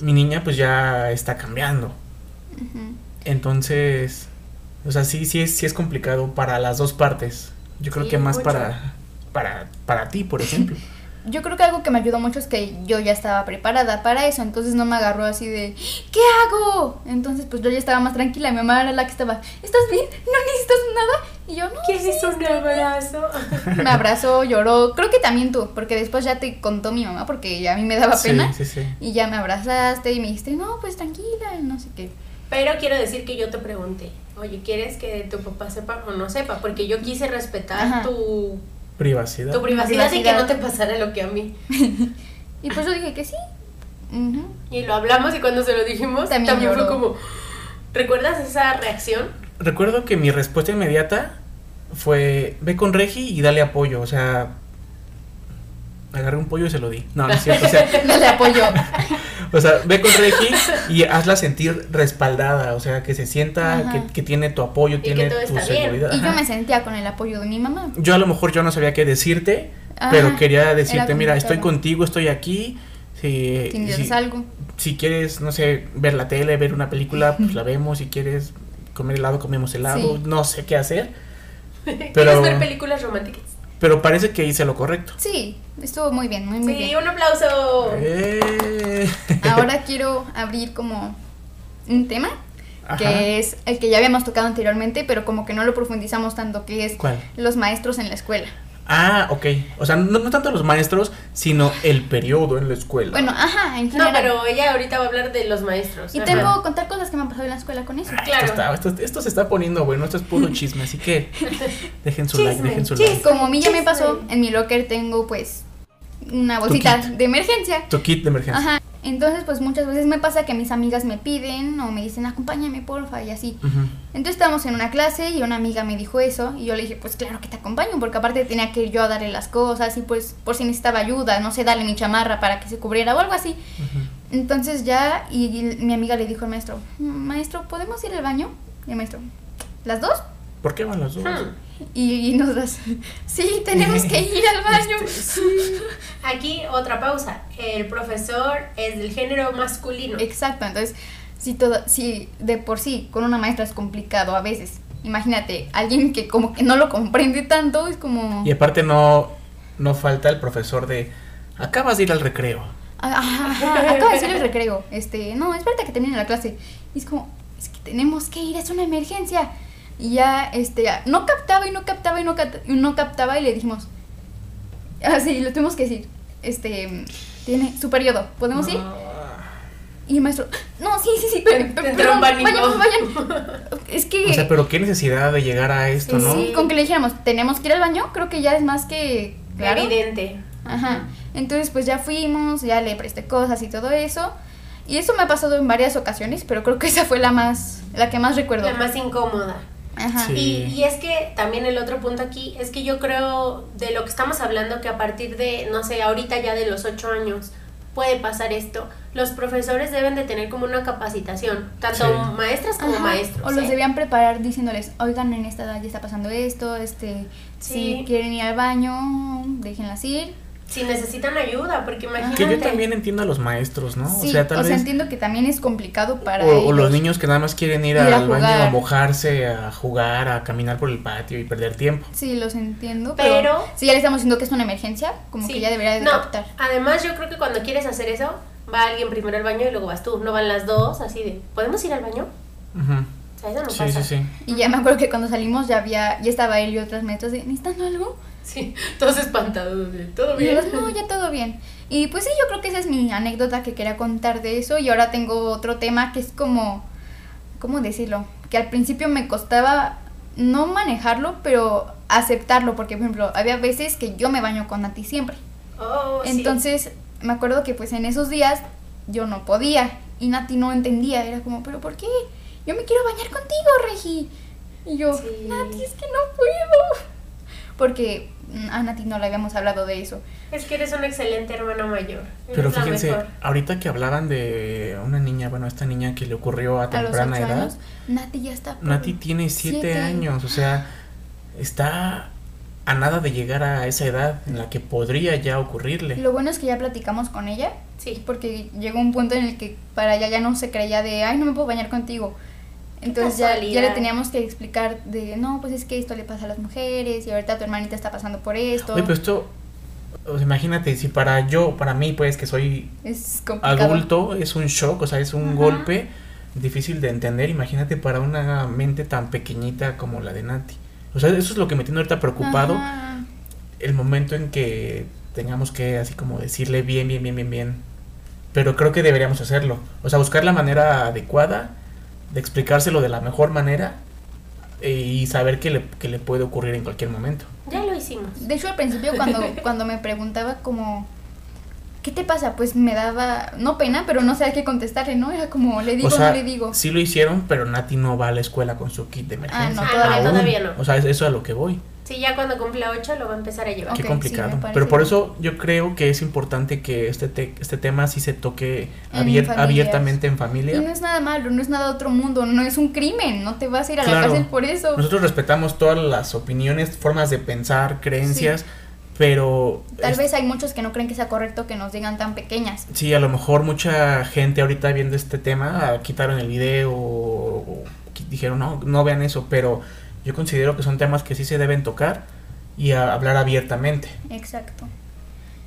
Speaker 1: mi niña pues ya está cambiando.
Speaker 2: ujú,
Speaker 1: Entonces, o sea, sí, sí es, sí es complicado para las dos partes. Yo creo
Speaker 3: Sí,
Speaker 1: que más
Speaker 3: mucho.
Speaker 1: para, para, para ti,
Speaker 3: <laughs>
Speaker 1: por ejemplo.
Speaker 2: Yo creo que algo que me ayudó mucho es que yo ya estaba preparada para eso, entonces no me agarró así de, ¿qué hago? Entonces pues yo ya estaba más tranquila, mi mamá era la que estaba, ¿estás bien? ¿No necesitas nada? Y yo no.
Speaker 3: ¿Quieres un abrazo?
Speaker 2: Me abrazó, lloró, creo que también tú, porque después ya te contó mi mamá, porque a mí me daba pena.
Speaker 1: Sí, sí, sí.
Speaker 2: Y ya me abrazaste y me dijiste, no, pues tranquila, no sé qué.
Speaker 3: Pero quiero decir que yo te pregunté, oye, ¿quieres que tu papá sepa o no sepa? Porque yo quise
Speaker 2: Ajá.
Speaker 3: respetar tu,
Speaker 1: Privacidad.
Speaker 3: tu privacidad y que
Speaker 2: privacidad.
Speaker 3: no te pasara lo que a mí.
Speaker 2: Y pues yo dije que sí. Ujú. <laughs>
Speaker 3: Y lo hablamos y cuando se lo dijimos,
Speaker 2: También
Speaker 3: también, fue
Speaker 2: lloró.
Speaker 3: como, ¿recuerdas esa reacción?
Speaker 1: Recuerdo que mi respuesta inmediata fue, ve con Regi y dale apoyo. O sea, agarré un pollo y se lo di. Ah, No, no es cierto. O
Speaker 3: <laughs>
Speaker 1: sea,
Speaker 2: No le apoyó.
Speaker 1: O sea, ve con Regi y hazla sentir respaldada, o sea, que se sienta
Speaker 2: Ajá.
Speaker 1: que, que tiene tu apoyo,
Speaker 3: Y que
Speaker 1: tiene
Speaker 3: todo
Speaker 1: tu
Speaker 3: está bien.
Speaker 1: seguridad.
Speaker 2: Y yo
Speaker 1: Ajá.
Speaker 2: me sentía con el apoyo de mi mamá.
Speaker 1: Yo a lo mejor yo no sabía qué decirte, pero
Speaker 2: Ajá,
Speaker 1: quería
Speaker 2: era
Speaker 1: decirte, mira, estoy
Speaker 2: comunicarlo.
Speaker 1: contigo, estoy aquí. Si,
Speaker 2: Si necesitas
Speaker 1: si,
Speaker 2: algo.
Speaker 1: si quieres, no sé, ver la tele, ver una película, pues
Speaker 2: <laughs>
Speaker 1: la vemos. Si quieres comer helado, comemos helado.
Speaker 2: Sí.
Speaker 1: No sé qué hacer,
Speaker 3: ¿Quieres ver películas románticas?
Speaker 1: pero parece que hice lo correcto.
Speaker 2: Sí, estuvo muy bien, muy, muy
Speaker 3: Sí,
Speaker 2: bien.
Speaker 3: un aplauso.
Speaker 1: Eh.
Speaker 2: Oh. Ahora quiero abrir como un tema
Speaker 1: <laughs> Ajá.
Speaker 2: que es el que ya habíamos tocado anteriormente, pero como que no lo profundizamos tanto, que es
Speaker 1: ¿Cuál?
Speaker 2: los maestros en la escuela.
Speaker 1: Ah, ok. O sea, no, no tanto los maestros, sino el periodo en la escuela.
Speaker 2: Bueno, ajá, en
Speaker 3: No,
Speaker 2: general.
Speaker 3: pero ella ahorita va a hablar de los maestros.
Speaker 2: Y
Speaker 3: Ajá.
Speaker 2: te puedo contar cosas que me han pasado en la escuela con eso.
Speaker 3: claro.
Speaker 1: Esto, está- esto- esto se está poniendo bueno, esto es
Speaker 2: <laughs>
Speaker 1: puro chisme, así que
Speaker 3: <laughs>
Speaker 1: dejen su like,
Speaker 3: Chisme,
Speaker 1: dejen su
Speaker 3: chisme.
Speaker 1: like.
Speaker 2: Como a mí ya me pasó,
Speaker 3: Chisme.
Speaker 2: en mi locker tengo pues una bolsita
Speaker 1: kit.
Speaker 2: de emergencia.
Speaker 1: Tu kit de emergencia.
Speaker 2: Ajá. Entonces pues muchas veces me pasa que mis amigas me piden o me dicen acompáñame porfa y así.
Speaker 1: Ujú.
Speaker 2: Entonces estábamos en una clase y una amiga me dijo eso y yo le dije, pues claro que te acompaño, porque aparte tenía que ir yo a darle las cosas y pues por si necesitaba ayuda, no sé, darle mi chamarra para que se cubriera o algo así.
Speaker 1: Ujú.
Speaker 2: Entonces ya, y, y mi amiga le dijo al maestro, maestro, ¿podemos ir al baño? Y el maestro, ¿las dos?
Speaker 1: ¿Por qué van las dos?
Speaker 3: Hmm.
Speaker 2: Y, y nosotras, <laughs> sí, tenemos que ir al baño.
Speaker 3: Aquí otra pausa. El profesor es del género masculino.
Speaker 2: <laughs> Exacto, entonces, si, todo, si de por sí con una maestra es complicado a veces, imagínate, alguien que como que no lo comprende tanto, es como...
Speaker 1: Y aparte no, no falta el profesor de acabas de ir al recreo.
Speaker 2: Ajá, acaba de ser el recreo. Este, no, espérate a que termine la clase. Y es como, es que tenemos que ir, es una emergencia. Y ya, este, ya, no captaba y no captaba y no, capt- y no captaba y le dijimos, así, lo tuvimos que decir, este, tiene su periodo, ¿podemos ir?
Speaker 1: Ah.
Speaker 2: Y el maestro, no, sí, sí, sí, pero,
Speaker 3: <laughs> Te <laughs> entró un pánico.
Speaker 2: vayan,
Speaker 3: <laughs>
Speaker 2: vayan. Es que, eh,
Speaker 1: O sea, pero qué necesidad de llegar a esto, ¿no?
Speaker 2: sí, con que le dijéramos, tenemos que ir al baño, creo que ya es más que claro.
Speaker 3: Evidente.
Speaker 2: Ajá. Entonces, pues ya fuimos, ya le presté cosas y todo eso. Y eso me ha pasado en varias ocasiones, pero creo que esa fue la más, la que más recuerdo.
Speaker 3: La más incómoda.
Speaker 2: Ajá.
Speaker 1: Sí.
Speaker 3: Y, y es que también el otro punto aquí es que yo creo de lo que estamos hablando que a partir de, no sé, ahorita ya de los ocho años puede pasar esto. Los profesores deben de tener como una capacitación, tanto
Speaker 1: Sí.
Speaker 3: maestras como
Speaker 2: Ajá,
Speaker 3: maestros.
Speaker 2: O los
Speaker 3: ¿eh?
Speaker 2: debían preparar diciéndoles, oigan, en esta edad ya está pasando esto, este,
Speaker 3: Sí.
Speaker 2: si quieren ir al baño, déjenlas ir.
Speaker 3: Si necesitan ayuda, porque imagínate.
Speaker 1: Que yo también entiendo a los maestros, ¿no?
Speaker 2: sí,
Speaker 1: Ah, o sea, tal vez.
Speaker 2: entiendo que también es complicado para
Speaker 1: O, o
Speaker 2: ellos.
Speaker 1: los niños que nada más quieren ir,
Speaker 2: Ir a
Speaker 1: al baño
Speaker 2: jugar.
Speaker 1: a mojarse, a jugar, a caminar por el patio y perder tiempo.
Speaker 2: Sí, los entiendo, pero,
Speaker 3: Pero-
Speaker 2: si ya le estamos diciendo que es una emergencia, como
Speaker 3: Sí.
Speaker 2: que ya debería de
Speaker 3: No,
Speaker 2: captar.
Speaker 3: Además, yo creo que cuando quieres hacer eso, va alguien primero al baño y luego vas tú. No van las dos, así de, ¿podemos ir al baño?
Speaker 1: Ujú.
Speaker 3: O sea, eso no
Speaker 1: Sí,
Speaker 3: pasa.
Speaker 1: sí, sí.
Speaker 2: Y ya me acuerdo que cuando salimos ya había, ya estaba él y otras maestras de, ¿necesitan algo?
Speaker 3: Sí, <laughs> todos espantados, de, todo
Speaker 2: Y
Speaker 3: bien.
Speaker 2: yo, no, ya todo bien. Y pues sí, yo creo que esa es mi anécdota que quería contar de eso. Y ahora tengo otro tema que es como, ¿cómo decirlo? Que al principio me costaba no manejarlo, pero aceptarlo. Porque, por ejemplo, había veces que yo me baño con Nati siempre.
Speaker 3: Oh, sí.
Speaker 2: Entonces, me acuerdo que pues en esos días yo no podía. Y Nati no entendía. Era como, ¿pero por qué? Yo me quiero bañar contigo, Regi. Y yo,
Speaker 3: Sí.
Speaker 2: Nati, es que no puedo. Porque mm, a Nati no le habíamos hablado de eso.
Speaker 3: Es que eres una excelente hermana mayor.
Speaker 1: Pero
Speaker 3: Eres la
Speaker 1: fíjense,
Speaker 3: mejor.
Speaker 1: ahorita que hablaban de una niña, bueno, esta niña que le ocurrió
Speaker 2: a
Speaker 1: a
Speaker 2: los
Speaker 1: temprana
Speaker 2: ocho
Speaker 1: edad,
Speaker 2: años, Nati ya está. por-
Speaker 1: Nati tiene siete,
Speaker 2: Siete.
Speaker 1: años, o sea, está a nada de llegar a esa edad en la que podría ya ocurrirle.
Speaker 2: Lo bueno es que ya platicamos con ella,
Speaker 3: Sí.
Speaker 2: porque llegó un punto en el que para ella ya no se creía de, ay, no me puedo bañar contigo. Entonces ya, ya le
Speaker 3: casualidad.
Speaker 2: teníamos que explicar de, no, pues es que esto le pasa a las mujeres y ahorita tu hermanita está pasando por esto.
Speaker 1: Oye, pues, pero esto, o sea, imagínate, si para yo, para mí, pues, que soy
Speaker 2: es complicado.
Speaker 1: adulto, es un shock, o sea, es un
Speaker 3: Ajá.
Speaker 1: golpe difícil de entender, imagínate para una mente tan pequeñita como la de Nati. O sea, eso es lo que me tiene ahorita preocupado,
Speaker 2: Ajá.
Speaker 1: el momento en que tengamos que así como decirle bien, bien, bien, bien, bien. Pero creo que deberíamos hacerlo. O sea, buscar la manera adecuada de explicárselo de la mejor manera eh, y saber que le, que le puede ocurrir en cualquier momento.
Speaker 3: Ya lo hicimos.
Speaker 2: De hecho, al principio
Speaker 1: <laughs>
Speaker 2: cuando, cuando me preguntaba como, ¿qué te pasa? Pues me daba, no pena, pero no sabía qué contestarle, ¿no? Era como, le digo,
Speaker 1: o sea,
Speaker 2: no le digo.
Speaker 1: sí lo hicieron, pero Nati no va a la escuela con su kit de emergencia.
Speaker 2: Ah, no, todavía-
Speaker 1: Aún.
Speaker 3: todavía no.
Speaker 1: O sea, es- eso a lo que voy.
Speaker 3: Sí, ya cuando cumpla 8 lo va a empezar a llevar.
Speaker 2: Ok,
Speaker 1: Qué
Speaker 2: sí,
Speaker 1: complicado.
Speaker 2: me parece
Speaker 1: Pero por
Speaker 2: bien.
Speaker 1: eso yo creo que es importante que este, te- este tema sí se toque
Speaker 2: En
Speaker 1: abier-
Speaker 2: familias.
Speaker 1: abiertamente en familia.
Speaker 2: Y no es nada malo, no es nada otro mundo, no es un crimen, no te vas a ir a la
Speaker 1: Claro.
Speaker 2: cárcel por eso.
Speaker 1: Nosotros respetamos todas las opiniones, formas de pensar, creencias, pero
Speaker 2: Tal
Speaker 1: es-
Speaker 2: vez hay muchos que no creen que sea correcto que nos digan tan pequeñas.
Speaker 1: sí, a lo mejor mucha gente ahorita viendo este tema ah, quitaron el video o, qui- dijeron no, no vean eso, pero yo considero que son temas que sí se deben tocar y a- hablar abiertamente.
Speaker 2: Exacto.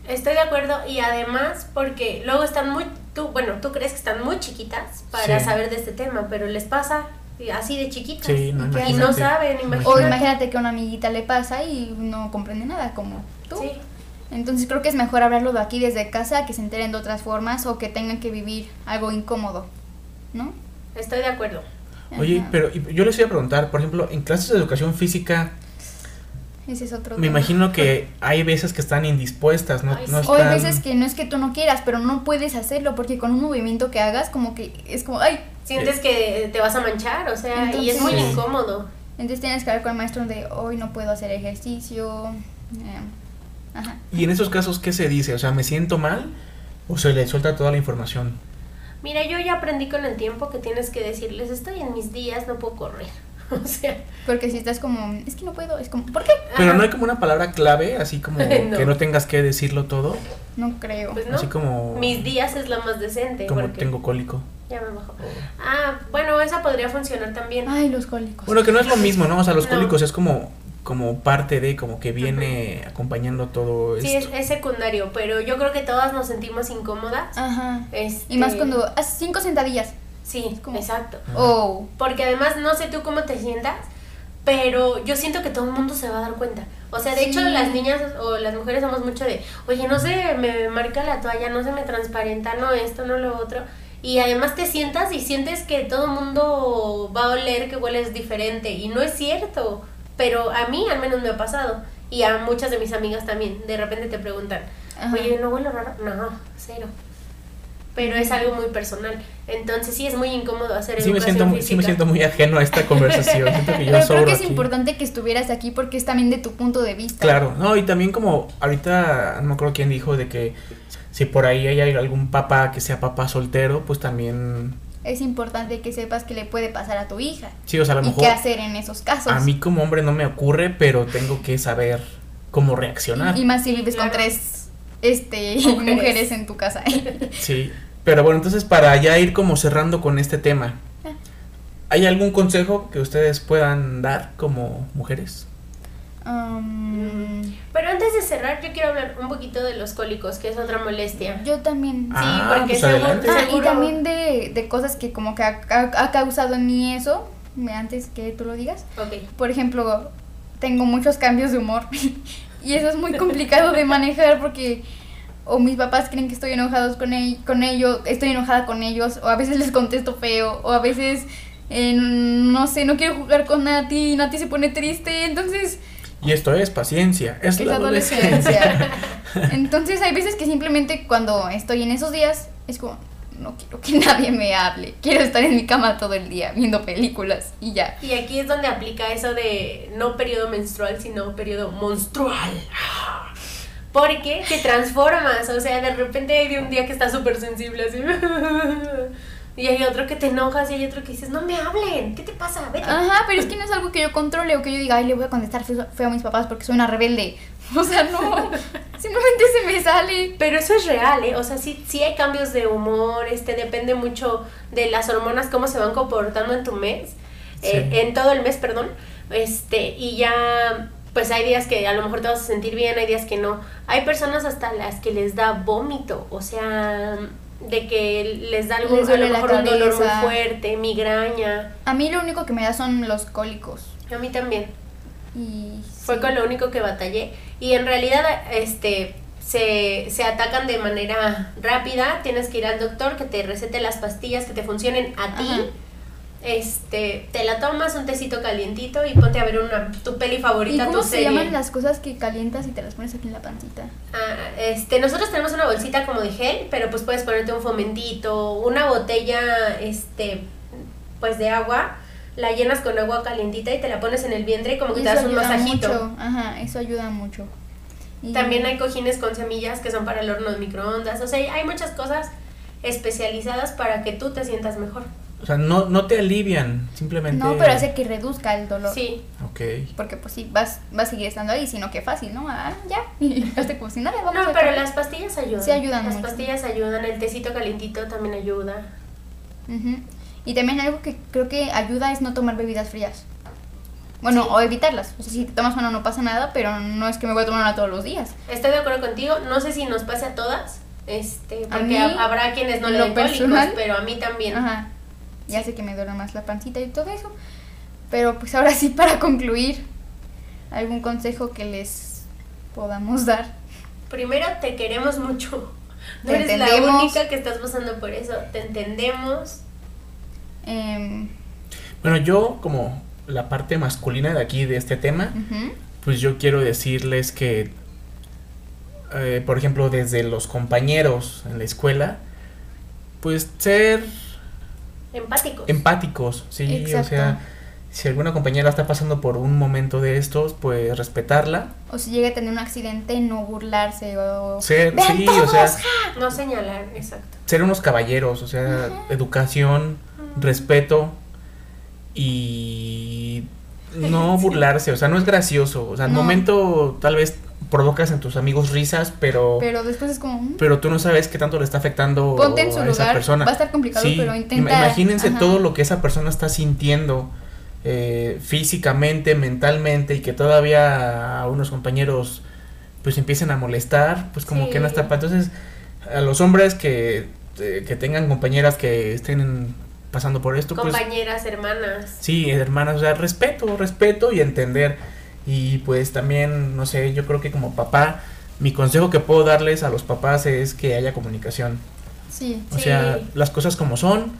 Speaker 3: Estoy de acuerdo y además porque luego están muy, tú, bueno, tú crees que están muy chiquitas para
Speaker 1: Sí.
Speaker 3: saber de este tema, pero les pasa así de chiquitas.
Speaker 1: Sí, no,
Speaker 2: Y que-
Speaker 1: imagínate.
Speaker 3: y no saben,
Speaker 2: O
Speaker 3: imagínate.
Speaker 2: imagínate que a una amiguita le pasa y no comprende nada como tú.
Speaker 3: Sí.
Speaker 2: Entonces creo que es mejor hablarlo de aquí desde casa, que se enteren de otras formas o que tengan que vivir algo incómodo, ¿no?
Speaker 3: Estoy de acuerdo.
Speaker 1: Oye,
Speaker 2: Ajá.
Speaker 1: pero y- yo les iba a preguntar, por ejemplo, en clases de educación física,
Speaker 2: Ese es otro
Speaker 1: me
Speaker 2: tema.
Speaker 1: imagino que hay veces que están indispuestas, no,
Speaker 3: Ay,
Speaker 1: no
Speaker 3: sí.
Speaker 2: O hay
Speaker 1: están-
Speaker 2: veces que no es que tú no quieras, pero no puedes hacerlo porque con un movimiento que hagas como que es como, ay,
Speaker 3: Sientes que te vas a manchar, o sea, y es
Speaker 2: Entonces-
Speaker 3: muy
Speaker 1: Sí.
Speaker 3: incómodo.
Speaker 2: Entonces tienes que hablar con el maestro de hoy no puedo hacer ejercicio. em, ajá.
Speaker 1: Y en esos casos, ¿qué se dice? O sea, ¿me siento mal o se le suelta toda la información?
Speaker 3: Mira, yo ya aprendí con el tiempo que tienes que decirles, estoy en mis días, no puedo correr. <laughs> O sea,
Speaker 2: Porque si estás como, es que no puedo, es como, ¿por qué?
Speaker 1: Pero
Speaker 3: ajá,
Speaker 1: no hay como una palabra clave, así como
Speaker 3: <laughs> No.
Speaker 1: que no tengas que decirlo todo,
Speaker 2: No creo.
Speaker 3: pues no.
Speaker 1: así como
Speaker 3: Mis días es la más decente.
Speaker 1: como
Speaker 3: porque
Speaker 1: tengo cólico.
Speaker 3: Ya me bajó. Ah, bueno, esa podría funcionar también.
Speaker 2: Ay, los cólicos.
Speaker 1: Bueno, que no es lo mismo, ¿no? O sea, los
Speaker 3: No.
Speaker 1: cólicos es como como parte de, como que viene acompañando todo
Speaker 3: Sí, es,
Speaker 1: esto.
Speaker 3: es secundario, pero yo creo que todas nos sentimos incómodas.
Speaker 2: Ajá.
Speaker 3: Este,
Speaker 2: Ah, Y más cuando haces cinco sentadillas.
Speaker 3: Sí,
Speaker 2: como-
Speaker 3: exacto.
Speaker 2: Oh.
Speaker 3: Porque además no sé tú cómo te sientas, pero yo siento que todo el mundo se va a dar cuenta. O sea, de
Speaker 2: Sí.
Speaker 3: hecho las niñas o las mujeres somos mucho de, oye, no se me marca la toalla, no se me transparenta, no esto, no lo otro. Y además te sientas y sientes que todo el mundo va a oler que hueles diferente. Y no es cierto. Pero a mí al menos me ha pasado. Y a muchas de mis amigas también. De repente te preguntan,
Speaker 2: Ajá.
Speaker 3: Oye, ¿no huele raro? No, cero. pero es algo muy personal. Entonces sí es muy incómodo hacer
Speaker 1: Sí me, siento, muy- sí me siento muy ajeno a esta
Speaker 3: <laughs>
Speaker 1: conversación. Siento que
Speaker 2: Pero
Speaker 1: yo
Speaker 2: creo
Speaker 1: sobro
Speaker 2: que es
Speaker 1: aquí.
Speaker 2: importante que estuvieras aquí porque es también de tu punto de vista.
Speaker 1: Claro, no, y también como ahorita, no me acuerdo quién dijo de que si por ahí hay algún papá que sea papá soltero, pues también,
Speaker 2: Es importante que sepas que le puede pasar a tu hija
Speaker 1: sí, o sea, a lo
Speaker 2: y
Speaker 1: mejor
Speaker 2: qué hacer en esos casos.
Speaker 1: a mí como hombre no me ocurre, pero tengo que saber cómo reaccionar.
Speaker 2: Y más si vives
Speaker 3: Claro.
Speaker 2: con tres este,
Speaker 3: <laughs> Mujeres.
Speaker 2: mujeres. en tu casa. <laughs>
Speaker 1: Sí, pero bueno, entonces para ya ir como cerrando con este tema,
Speaker 2: Ah.
Speaker 1: ¿hay algún consejo que ustedes puedan dar como mujeres?
Speaker 2: Um,
Speaker 3: Pero antes de cerrar, yo quiero hablar un poquito de los cólicos, que es otra molestia.
Speaker 2: yo también.
Speaker 1: Ah,
Speaker 3: porque
Speaker 1: pues
Speaker 3: según-
Speaker 1: adelante.
Speaker 2: Ah, y
Speaker 3: seguro-
Speaker 2: también de, de cosas que como que ha, ha- ha causado en mí eso, me- antes que tú lo digas.
Speaker 3: Ok.
Speaker 2: Por ejemplo, tengo muchos cambios de humor <laughs> y eso es muy complicado de manejar porque o mis papás creen que estoy enojados con, el- con ellos, estoy enojada con ellos, o a veces les contesto feo, o a veces, eh, no sé, no quiero jugar con Nati, Nati se pone triste, entonces
Speaker 1: Y esto es paciencia, es,
Speaker 2: es
Speaker 1: la adolescencia.
Speaker 2: adolescencia. Entonces hay veces que simplemente cuando estoy en esos días es como, no quiero que <laughs> nadie me hable, quiero estar en mi cama todo el día viendo películas y ya.
Speaker 3: Y aquí es donde aplica eso de no periodo menstrual, sino periodo monstrual. Porque te transformas, o sea, de repente hay de un día que estás súper sensible así. <laughs> Y hay otro que te enojas y hay otro que dices, no me hablen, ¿qué te pasa? Vete.
Speaker 2: Ajá, pero es que no es algo que yo controle o que yo diga, ay, le voy a contestar feo, feo a mis papás porque soy una rebelde. <laughs> O sea,
Speaker 1: <laughs>
Speaker 2: no, simplemente se me sale.
Speaker 3: Pero eso es real, ¿eh? O sea, sí, sí hay cambios de humor, este, depende mucho de las hormonas, cómo se van comportando en tu mes, eh,
Speaker 1: Sí.
Speaker 3: en todo el mes, perdón. Este, y ya, pues hay días que a lo mejor te vas a sentir bien, hay días que no. Hay personas hasta las que les da vómito, o sea, de que les da algún,
Speaker 2: Les
Speaker 3: a lo
Speaker 2: duele la
Speaker 3: mejor un dolor muy
Speaker 2: cabeza.
Speaker 3: fuerte, migraña.
Speaker 2: A mí lo único que me da son los cólicos.
Speaker 3: A mí también.
Speaker 2: Y
Speaker 3: Fue
Speaker 2: sí.
Speaker 3: con lo único que batallé. Y en realidad, este, se, se atacan de manera rápida. Tienes que ir al doctor que te recete las pastillas que te funcionen a ti.
Speaker 2: Ajá.
Speaker 3: Este, te la tomas un tecito calientito y ponte a ver una tu peli
Speaker 2: ¿Y
Speaker 3: favorita,
Speaker 2: cómo
Speaker 3: tu
Speaker 2: se
Speaker 3: serie.
Speaker 2: llaman las cosas que calientas y te las pones aquí en la pancita?
Speaker 3: Ah, este, nosotros tenemos una bolsita como de gel, pero pues puedes ponerte un fomentito, una botella, este, pues de agua, la llenas con agua calientita y te la pones en el vientre y como que
Speaker 2: Y
Speaker 3: te
Speaker 2: eso
Speaker 3: das un
Speaker 2: ayuda
Speaker 3: masajito.
Speaker 2: Mucho. Ajá, eso ayuda mucho. Y-
Speaker 3: También hay cojines con semillas que son para el horno de microondas. O sea, hay muchas cosas especializadas para que tú te sientas mejor.
Speaker 1: O sea, no, no te alivian, simplemente...
Speaker 2: No, pero hace que reduzca el dolor.
Speaker 3: Sí.
Speaker 1: Ok.
Speaker 2: Porque pues sí, vas, vas a seguir estando ahí, sino que fácil, ¿no? Ah, ya. <laughs> Y hazte como si nada, vamos
Speaker 3: No,
Speaker 2: a
Speaker 3: pero
Speaker 2: comer.
Speaker 3: las pastillas ayudan.
Speaker 2: Sí, ayudan
Speaker 3: Las
Speaker 2: mucho.
Speaker 3: pastillas ayudan, el tecito calentito también ayuda.
Speaker 2: Ujú. Y también algo que creo que ayuda es no tomar bebidas frías. Bueno, o evitarlas. O sea, si te tomas una no pasa nada, pero no es que me voy a tomar una todos los días.
Speaker 3: Estoy de acuerdo contigo. No sé si nos pase a todas. Este,
Speaker 2: A
Speaker 3: porque
Speaker 2: mí,
Speaker 3: ha- habrá quienes no
Speaker 2: en
Speaker 3: le
Speaker 2: lo
Speaker 3: den cólicos,
Speaker 2: personal,
Speaker 3: pero a mí también.
Speaker 2: Ajá. Ya sé que me duele más la pancita y todo eso. Pero pues ahora sí, <laughs> para concluir, algún consejo que les podamos dar.
Speaker 3: Primero, te queremos mucho. <laughs> No
Speaker 2: Te
Speaker 3: eres la
Speaker 2: entendemos.
Speaker 3: única que estás pasando por eso. Te entendemos.
Speaker 2: Em,
Speaker 1: Bueno, yo como la parte masculina de aquí, de este tema,
Speaker 2: ujú.
Speaker 1: pues yo quiero decirles que, eh, por ejemplo, desde los compañeros en la escuela, pues ser
Speaker 3: Empáticos.
Speaker 1: Em- empáticos, ¿sí? O
Speaker 2: Exacto.
Speaker 1: sea, si alguna compañera está pasando por un momento de estos, pues respetarla,
Speaker 2: O si llega a tener un accidente, no burlarse o...
Speaker 1: ser,
Speaker 2: ¡Ven
Speaker 1: sí, o sea,
Speaker 2: todos!
Speaker 3: no señalar, exacto.
Speaker 1: ser unos caballeros, o sea, educación, respeto y no burlarse, o sea, no es gracioso, o sea, al
Speaker 2: No.
Speaker 1: momento tal vez provocas en tus amigos risas,
Speaker 2: Pero después es como... mm,
Speaker 1: pero tú no sabes qué tanto le está afectando
Speaker 2: Ponte en su
Speaker 1: a esa
Speaker 2: lugar.
Speaker 1: persona.
Speaker 2: Va a estar complicado,
Speaker 1: Sí,
Speaker 2: pero
Speaker 1: im-
Speaker 2: intenta...
Speaker 1: Imagínense
Speaker 2: Ajá.
Speaker 1: todo lo que esa persona está sintiendo eh, físicamente, mentalmente y que todavía a unos compañeros pues empiecen a molestar, pues como
Speaker 3: Sí.
Speaker 1: que no está pa- Entonces, a los hombres que, eh, que tengan compañeras que estén pasando por esto, pues
Speaker 3: Compañeras, hermanas.
Speaker 1: sí, hermanas, o sea, respeto, respeto y entender. Y pues también, no sé, yo creo que como papá, mi consejo que puedo darles a los papás es que haya comunicación.
Speaker 2: Sí.
Speaker 1: O
Speaker 3: Sí.
Speaker 1: sea, las cosas como son,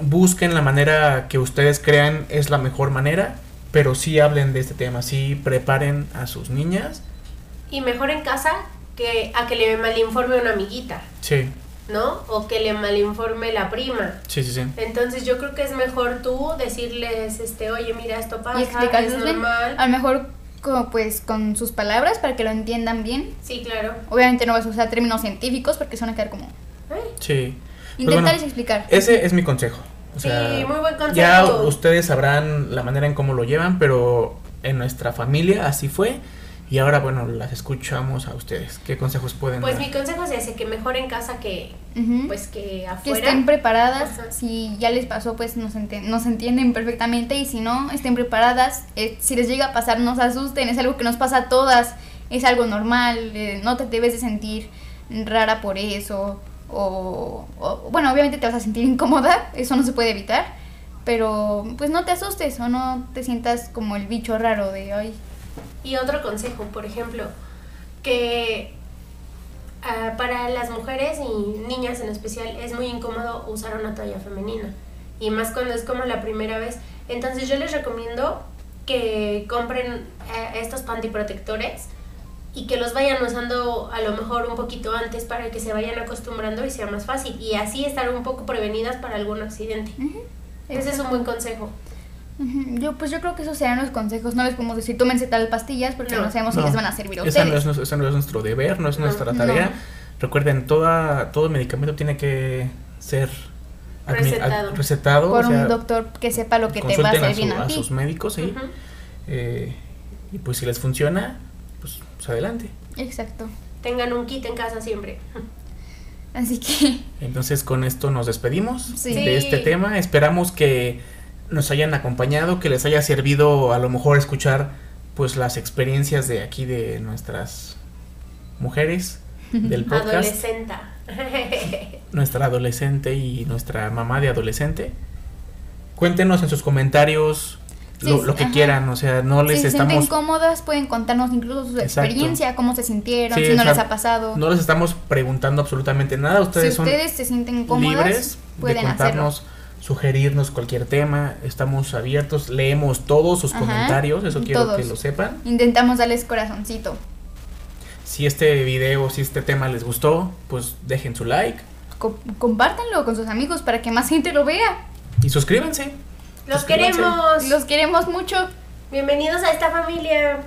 Speaker 1: busquen la manera que ustedes crean es la mejor manera, pero sí hablen de este tema, sí preparen a sus niñas.
Speaker 3: Y mejor en casa que a que le malinforme una amiguita.
Speaker 1: Sí,
Speaker 3: ¿no? O que le malinforme la prima.
Speaker 1: Sí, sí, sí.
Speaker 3: Entonces yo creo que es mejor tú decirles, este, oye, mira, esto pasa,
Speaker 2: Y explicarles
Speaker 3: es
Speaker 2: bien. Ah.
Speaker 3: normal.
Speaker 2: A lo mejor como, pues con sus palabras para que lo entiendan bien.
Speaker 3: Sí, claro.
Speaker 2: Obviamente no vas a usar términos científicos porque se van a quedar como...
Speaker 3: Ay,
Speaker 1: Sí. Pues
Speaker 2: Intentarles
Speaker 1: bueno,
Speaker 2: explicar.
Speaker 1: Ese es mi consejo. O
Speaker 3: Sí,
Speaker 1: sea,
Speaker 3: muy buen consejo.
Speaker 1: Ya ustedes sabrán la manera en cómo lo llevan, pero en nuestra familia así fue. Y ahora, bueno, las escuchamos a ustedes. ¿Qué consejos pueden
Speaker 3: Pues
Speaker 1: dar?
Speaker 3: mi consejo es ese, que mejor en casa que,
Speaker 2: Ujú.
Speaker 3: pues, que
Speaker 2: ¿Mm? que
Speaker 3: afuera.
Speaker 2: estén preparadas,
Speaker 3: Ajá.
Speaker 2: si ya les pasó pues nos, ente- nos entienden perfectamente y si no, estén preparadas, Eh, si les llega a pasar no se asusten, es algo que nos pasa a todas, es algo normal, eh, no te debes de sentir rara por eso, o, o- bueno, obviamente te vas a sentir incómoda, eso no se puede evitar, pero pues no te asustes o no te sientas como el bicho raro de hoy.
Speaker 3: Y otro consejo, por ejemplo, que ah, para las mujeres y niñas en especial es muy incómodo usar una toalla femenina. Y más cuando es como la primera vez. Entonces yo les recomiendo que compren eh, estos pantiprotectores y que los vayan usando a lo mejor un poquito antes para que se vayan acostumbrando y sea más fácil. Y así estar un poco prevenidas para algún accidente.
Speaker 1: Mm,
Speaker 3: Ese Pues es un buen consejo.
Speaker 2: Ujú, Yo, pues yo creo que esos serán los consejos. No les podemos decir tómense tal pastillas porque no,
Speaker 3: No.
Speaker 2: sabemos
Speaker 1: No,
Speaker 2: si les van a servir a
Speaker 1: esa
Speaker 2: ustedes.
Speaker 1: no es nues- esa no es nuestro deber, no es
Speaker 3: No.
Speaker 1: nuestra tarea.
Speaker 2: No.
Speaker 1: Recuerden, toda, todo medicamento tiene que ser admi-
Speaker 3: Recetado.
Speaker 1: ad- recetado,
Speaker 2: por
Speaker 1: o sea,
Speaker 2: un doctor que sepa lo que te va a
Speaker 1: consulten
Speaker 2: hacer bien
Speaker 1: su-
Speaker 2: a
Speaker 1: a
Speaker 2: ti.
Speaker 1: sus médicos, sí.
Speaker 3: Ujú.
Speaker 1: Eh, y pues si les funciona, pues, pues, adelante.
Speaker 2: Exacto.
Speaker 3: Tengan un kit en casa siempre.
Speaker 2: Así que
Speaker 1: Entonces con esto nos despedimos
Speaker 2: Sí.
Speaker 1: de este
Speaker 3: Sí.
Speaker 1: tema. Esperamos que nos hayan acompañado, que les haya servido a lo mejor escuchar pues las experiencias de aquí de nuestras mujeres
Speaker 2: <laughs>
Speaker 1: del podcast.
Speaker 3: Adolescenta.
Speaker 1: nuestra adolescente y nuestra mamá de adolescente. Cuéntenos en sus comentarios
Speaker 2: Sí,
Speaker 1: lo, lo que
Speaker 2: ajá.
Speaker 1: quieran, o sea, no les
Speaker 2: si se sienten
Speaker 1: estamos
Speaker 2: cómodas, pueden contarnos incluso su
Speaker 1: Exacto.
Speaker 2: experiencia, cómo se sintieron,
Speaker 1: Sí,
Speaker 2: si no
Speaker 1: o sea,
Speaker 2: les ha pasado.
Speaker 1: no les estamos preguntando absolutamente nada,
Speaker 2: si
Speaker 1: ustedes
Speaker 2: ustedes se sienten
Speaker 1: son
Speaker 2: cómodas,
Speaker 1: libres de
Speaker 2: pueden hacerlo.
Speaker 1: contarnos, sugerirnos cualquier tema, estamos abiertos, leemos todos sus
Speaker 2: Ajá,
Speaker 1: comentarios, eso quiero que
Speaker 2: todos.
Speaker 1: lo sepan.
Speaker 2: Intentamos darles corazoncito,
Speaker 1: Si este video, si este tema les gustó, pues dejen su like
Speaker 2: Co- compártanlo con sus amigos para que más gente lo vea.
Speaker 1: y suscríbanse.
Speaker 3: Los
Speaker 1: Suscríbanse.
Speaker 3: queremos.
Speaker 2: Los queremos mucho.
Speaker 3: Bienvenidos a esta familia.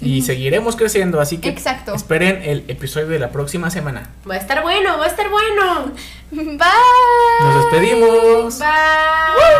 Speaker 1: Y seguiremos creciendo, así que
Speaker 2: Exacto.
Speaker 1: esperen el episodio de la próxima semana.
Speaker 3: Va a estar bueno, va a estar bueno.
Speaker 2: Bye.
Speaker 1: Nos despedimos.
Speaker 3: Bye.